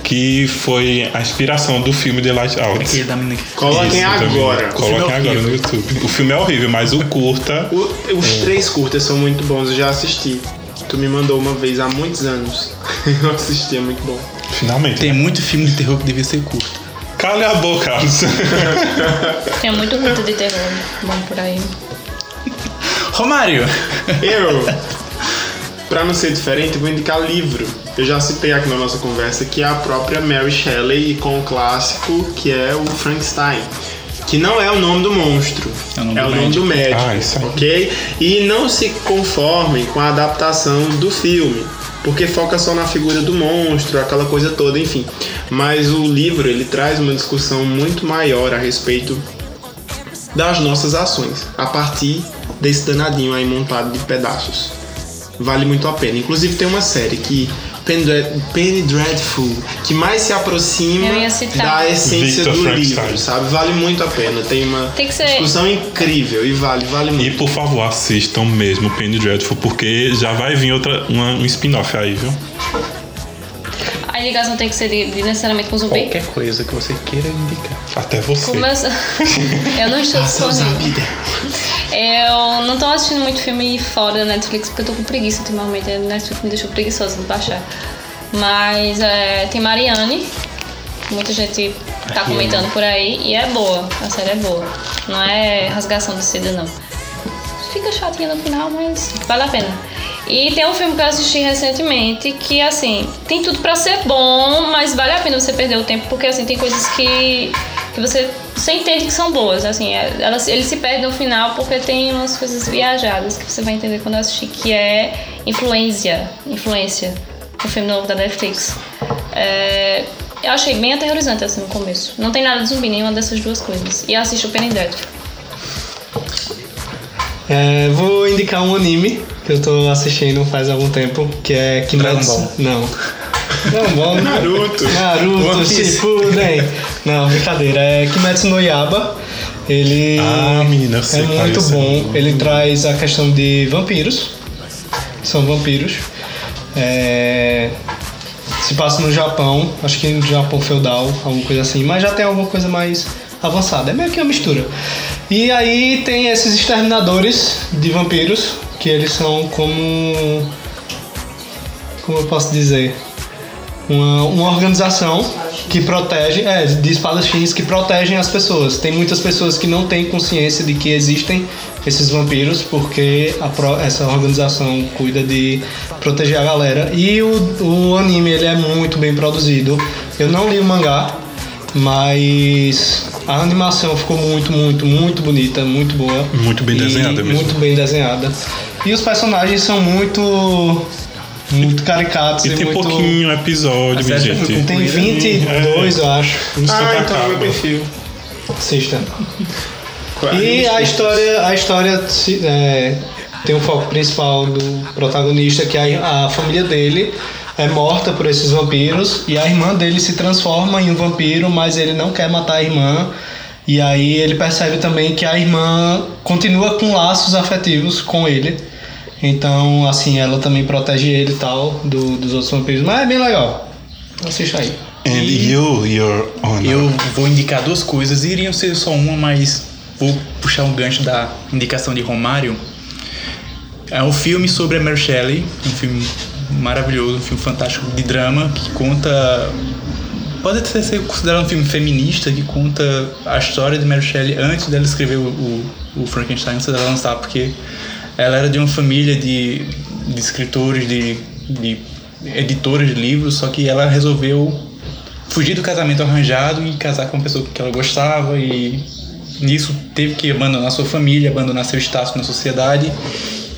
[SPEAKER 2] que foi a inspiração do filme The Light Out.
[SPEAKER 1] Aquele da menina que...
[SPEAKER 5] Coloquem
[SPEAKER 2] Isso também.
[SPEAKER 5] agora.
[SPEAKER 2] Coloquem
[SPEAKER 1] filme é
[SPEAKER 2] agora no YouTube. O filme é horrível, mas o curta.
[SPEAKER 5] O- os três curtas são muito bons, eu já assisti. Tu me mandou uma vez há muitos anos. Eu assisti, é muito bom.
[SPEAKER 2] Finalmente. né?
[SPEAKER 1] Tem muito filme de terror que devia ser curto.
[SPEAKER 2] Cala a boca, Alisson.
[SPEAKER 4] Tem muito culto de terror bom por aí.
[SPEAKER 1] Romário.
[SPEAKER 5] Eu, pra não ser diferente, vou indicar livro. Eu já citei aqui na nossa conversa que é a própria Mary Shelley com o clássico que é o Frankenstein. Que não é o nome do monstro,
[SPEAKER 1] Eu não
[SPEAKER 5] é o
[SPEAKER 1] lembro.
[SPEAKER 5] nome de um médico,
[SPEAKER 2] Ah, isso aí.
[SPEAKER 5] ok? E não se conformem com a adaptação do filme, porque foca só na figura do monstro, aquela coisa toda, enfim. Mas o livro ele traz uma discussão muito maior a respeito das nossas ações, a partir desse danadinho aí montado de pedaços. Vale muito a pena. Inclusive tem uma série que Penny Dread- Penny Dreadful, que mais se aproxima
[SPEAKER 4] Eu ia citar.
[SPEAKER 5] da essência
[SPEAKER 2] Victor
[SPEAKER 5] do
[SPEAKER 2] Frankenstein.
[SPEAKER 5] livro, sabe? Vale muito a pena. Tem uma
[SPEAKER 4] Tem que ser-
[SPEAKER 5] discussão incrível e vale, vale
[SPEAKER 2] E
[SPEAKER 5] muito.
[SPEAKER 2] por favor, assistam mesmo Penny Dreadful, porque já vai vir outra, uma- um spin-off aí, viu?
[SPEAKER 4] A ligação tem que ser de, de necessariamente com zumbi.
[SPEAKER 1] Qualquer coisa que você queira indicar.
[SPEAKER 2] Até você.
[SPEAKER 4] Começa. eu não estou disponível. Eu não tô assistindo muito filme fora da Netflix porque eu tô com preguiça ultimamente. A Netflix me deixou preguiçosa de baixar. Mas é, tem Marianne. que Muita gente tá comentando por aí. E é boa. A série é boa. Não é rasgação de seda, não. Fica chatinha no final, mas vale a pena. E tem um filme que eu assisti recentemente que, assim, tem tudo pra ser bom, mas vale a pena você perder o tempo, porque, assim, tem coisas que, que você só entende que são boas, assim, é- elas, ele se perde no final porque tem umas coisas viajadas que você vai entender quando assistir, que é Influência, Influência, o filme novo da Netflix. É, eu achei bem aterrorizante, assim, no começo. Não tem nada de zumbi, nenhuma dessas duas coisas. E eu assisto o Penny Dreadful.
[SPEAKER 3] É, vou indicar um anime que eu tô assistindo faz algum tempo, que é Kimetsu.
[SPEAKER 1] Dragon Ball.
[SPEAKER 3] Não. Dragon Ball. não.
[SPEAKER 5] Naruto.
[SPEAKER 3] Naruto,
[SPEAKER 1] One Piece.
[SPEAKER 3] Shippuden. Não, brincadeira. É Kimetsu no Yaba. Ele
[SPEAKER 2] Ah, menina, eu sei
[SPEAKER 3] é
[SPEAKER 2] qual
[SPEAKER 3] muito
[SPEAKER 2] esse.
[SPEAKER 3] bom. Ele traz a questão de vampiros. São vampiros. É, Se passa no Japão, acho que no Japão feudal, alguma coisa assim, mas já tem alguma coisa mais avançada. É meio que uma mistura. E aí tem esses exterminadores de vampiros, que eles são como. Como eu posso dizer? uma, uma organização que protege, é, de espadachins que protegem as pessoas. Tem muitas pessoas que não têm consciência de que existem esses vampiros, porque a pro- essa organização cuida de proteger a galera. E o, o anime ele é muito bem produzido. Eu não li o mangá, mas a animação ficou muito, muito, muito bonita, muito boa.
[SPEAKER 2] Muito bem
[SPEAKER 3] E
[SPEAKER 2] desenhada mesmo.
[SPEAKER 3] Muito bem desenhada. E os personagens são muito. Muito caricatos.
[SPEAKER 2] E tem
[SPEAKER 3] muito...
[SPEAKER 2] pouquinho né? episódio, minha
[SPEAKER 1] série foi
[SPEAKER 2] gente.
[SPEAKER 3] Tem
[SPEAKER 2] É.
[SPEAKER 3] 22, eu acho.
[SPEAKER 2] Isso
[SPEAKER 5] Ah,
[SPEAKER 2] tá
[SPEAKER 5] então é meu
[SPEAKER 2] acaba.
[SPEAKER 5] perfil.
[SPEAKER 3] Sexta.
[SPEAKER 2] é?
[SPEAKER 3] E a história, a história se- é, tem um foco principal do protagonista, que é a, a família dele é morta por esses vampiros e a irmã dele se transforma em um vampiro, mas ele não quer matar a irmã. E aí ele percebe também que a irmã continua com laços afetivos com ele. Então, assim, ela também protege ele e tal do- dos outros vampiros. Mas é bem legal. Assista aí.
[SPEAKER 2] And you, your honor.
[SPEAKER 1] Eu vou indicar duas coisas, iriam ser só uma, mas vou puxar um gancho da indicação de Romário. É um filme sobre a Mary Shelley, um filme maravilhoso, um filme fantástico de drama que conta. Pode até ser considerado um filme feminista que conta a história de Mary Shelley antes dela escrever o, o- o Frankenstein, antes dela lançar, porque ela era de uma família de, de escritores, de, de editores de livros, só que ela resolveu fugir do casamento arranjado e casar com uma pessoa que ela gostava e nisso teve que abandonar sua família, abandonar seu status na sociedade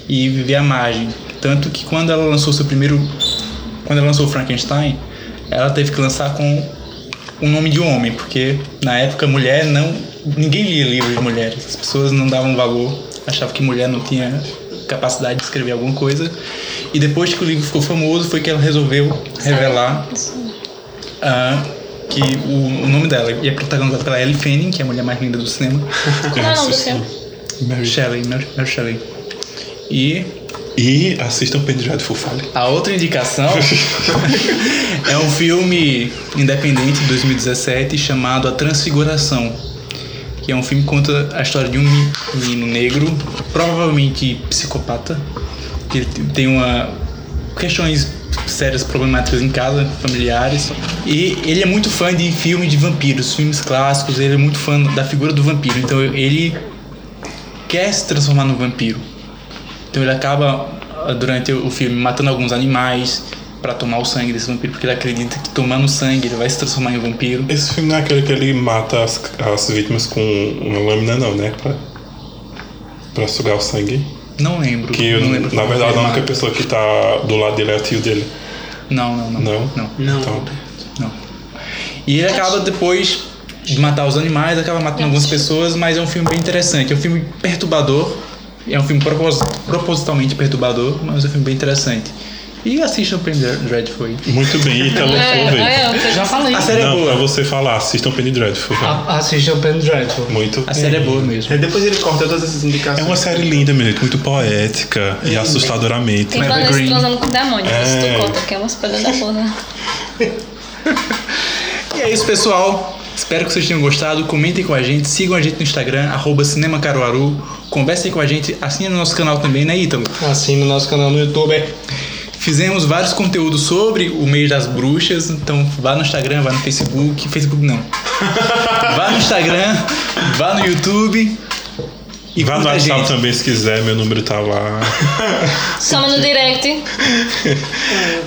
[SPEAKER 1] e viver à margem. Tanto que quando ela lançou seu primeiro, quando ela lançou Frankenstein, ela teve que lançar com o nome de homem, porque na época mulher não, ninguém lia livros de mulheres, as pessoas não davam valor, achavam que mulher não tinha capacidade de escrever alguma coisa. E depois que o livro ficou famoso, foi que ela resolveu revelar ah, que o, o nome dela e é protagonizada pela Ellie Fanning, que é a mulher mais linda do cinema.
[SPEAKER 4] Como é o nome do filme?
[SPEAKER 1] Mary Shelley, Mary, Mary Shelley. E
[SPEAKER 2] E assistam Penny Dreadful, fale.
[SPEAKER 1] a Tá outra indicação é um filme independente de 2017 chamado A Transfiguração, que é um filme que conta a história de um me- menino negro, provavelmente psicopata, que ele te- tem uma questões sérias problemáticas em casa, familiares. E ele é muito fã de filmes de vampiros, filmes clássicos, ele é muito fã da figura do vampiro. Então ele quer se transformar num vampiro. Então ele acaba ah, durante o filme matando alguns animais, pra tomar o sangue desse vampiro, porque ele acredita que tomando sangue ele vai se transformar em um vampiro.
[SPEAKER 2] Esse filme não é aquele que ele mata as, as vítimas com uma lâmina, não, né? Pra, pra sugar o sangue.
[SPEAKER 1] Não lembro.
[SPEAKER 2] Que
[SPEAKER 1] não
[SPEAKER 2] eu-
[SPEAKER 1] lembro
[SPEAKER 2] na
[SPEAKER 1] como
[SPEAKER 2] verdade
[SPEAKER 4] é,
[SPEAKER 1] ele
[SPEAKER 2] a
[SPEAKER 1] mata.
[SPEAKER 2] única pessoa que tá do lado dele é a tio dele.
[SPEAKER 1] Não, não, não.
[SPEAKER 2] Não?
[SPEAKER 1] Não.
[SPEAKER 6] Não.
[SPEAKER 2] Então,
[SPEAKER 1] não. E ele acaba depois de matar os animais, acaba matando algumas pessoas, mas é um filme bem interessante. É um filme perturbador. É um filme propos- propositalmente perturbador, mas é um filme bem interessante. E assistam Penny Dreadful aí.
[SPEAKER 2] muito bem, Italo, sua vez.
[SPEAKER 4] é, é,
[SPEAKER 6] Já falei.
[SPEAKER 1] A série é
[SPEAKER 2] Não, pra
[SPEAKER 1] boa.
[SPEAKER 2] você falar, assistam Penny Dreadful. velho.
[SPEAKER 3] A- Assistam Penny Dreadful.
[SPEAKER 2] Muito
[SPEAKER 1] A série é boa mesmo.
[SPEAKER 5] Aí depois ele corta todas essas indicações.
[SPEAKER 2] É uma série linda, meu gente, muito poética e assustadoramente.
[SPEAKER 4] Tem planos
[SPEAKER 1] Evergreen.
[SPEAKER 4] transando com o demônio, por isso
[SPEAKER 2] É.
[SPEAKER 4] tu conta, que é umas pedras da porra.
[SPEAKER 1] E é isso, pessoal. Espero que vocês tenham gostado. Comentem com a gente, sigam a gente no Instagram, arroba Cinema Caruaru. Conversem com a gente, assinem o nosso canal também, né, Ítalo?
[SPEAKER 3] Assine o nosso canal no YouTube.
[SPEAKER 1] Fizemos vários conteúdos sobre o mês das bruxas, então vá no Instagram, vá no Facebook, Facebook não. Vá no Instagram, vá no YouTube e
[SPEAKER 2] Vá no
[SPEAKER 1] curta a
[SPEAKER 2] WhatsApp
[SPEAKER 1] gente.
[SPEAKER 2] também se quiser, meu número tá lá.
[SPEAKER 4] Soma no direct.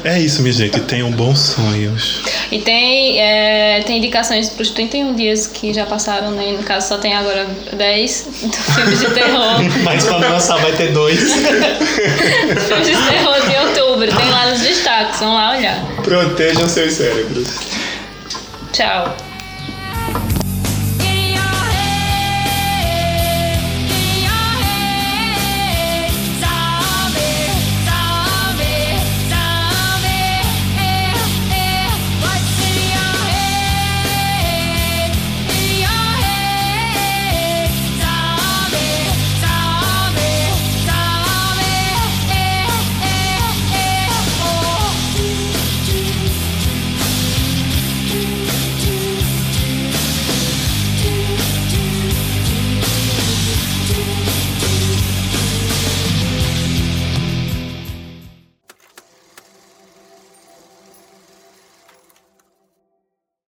[SPEAKER 2] É isso, minha gente, tenham bons sonhos.
[SPEAKER 4] E tem, é, tem indicações pros 31 dias que já passaram, né? No caso, só tem agora 10 filmes de terror.
[SPEAKER 3] Mas quando lançar vai ter dois.
[SPEAKER 4] filmes de terror de outubro. Tem lá nos destaques, vão lá olhar.
[SPEAKER 5] Protejam seus cérebros.
[SPEAKER 4] Tchau.
[SPEAKER 8] eh, eh, oh,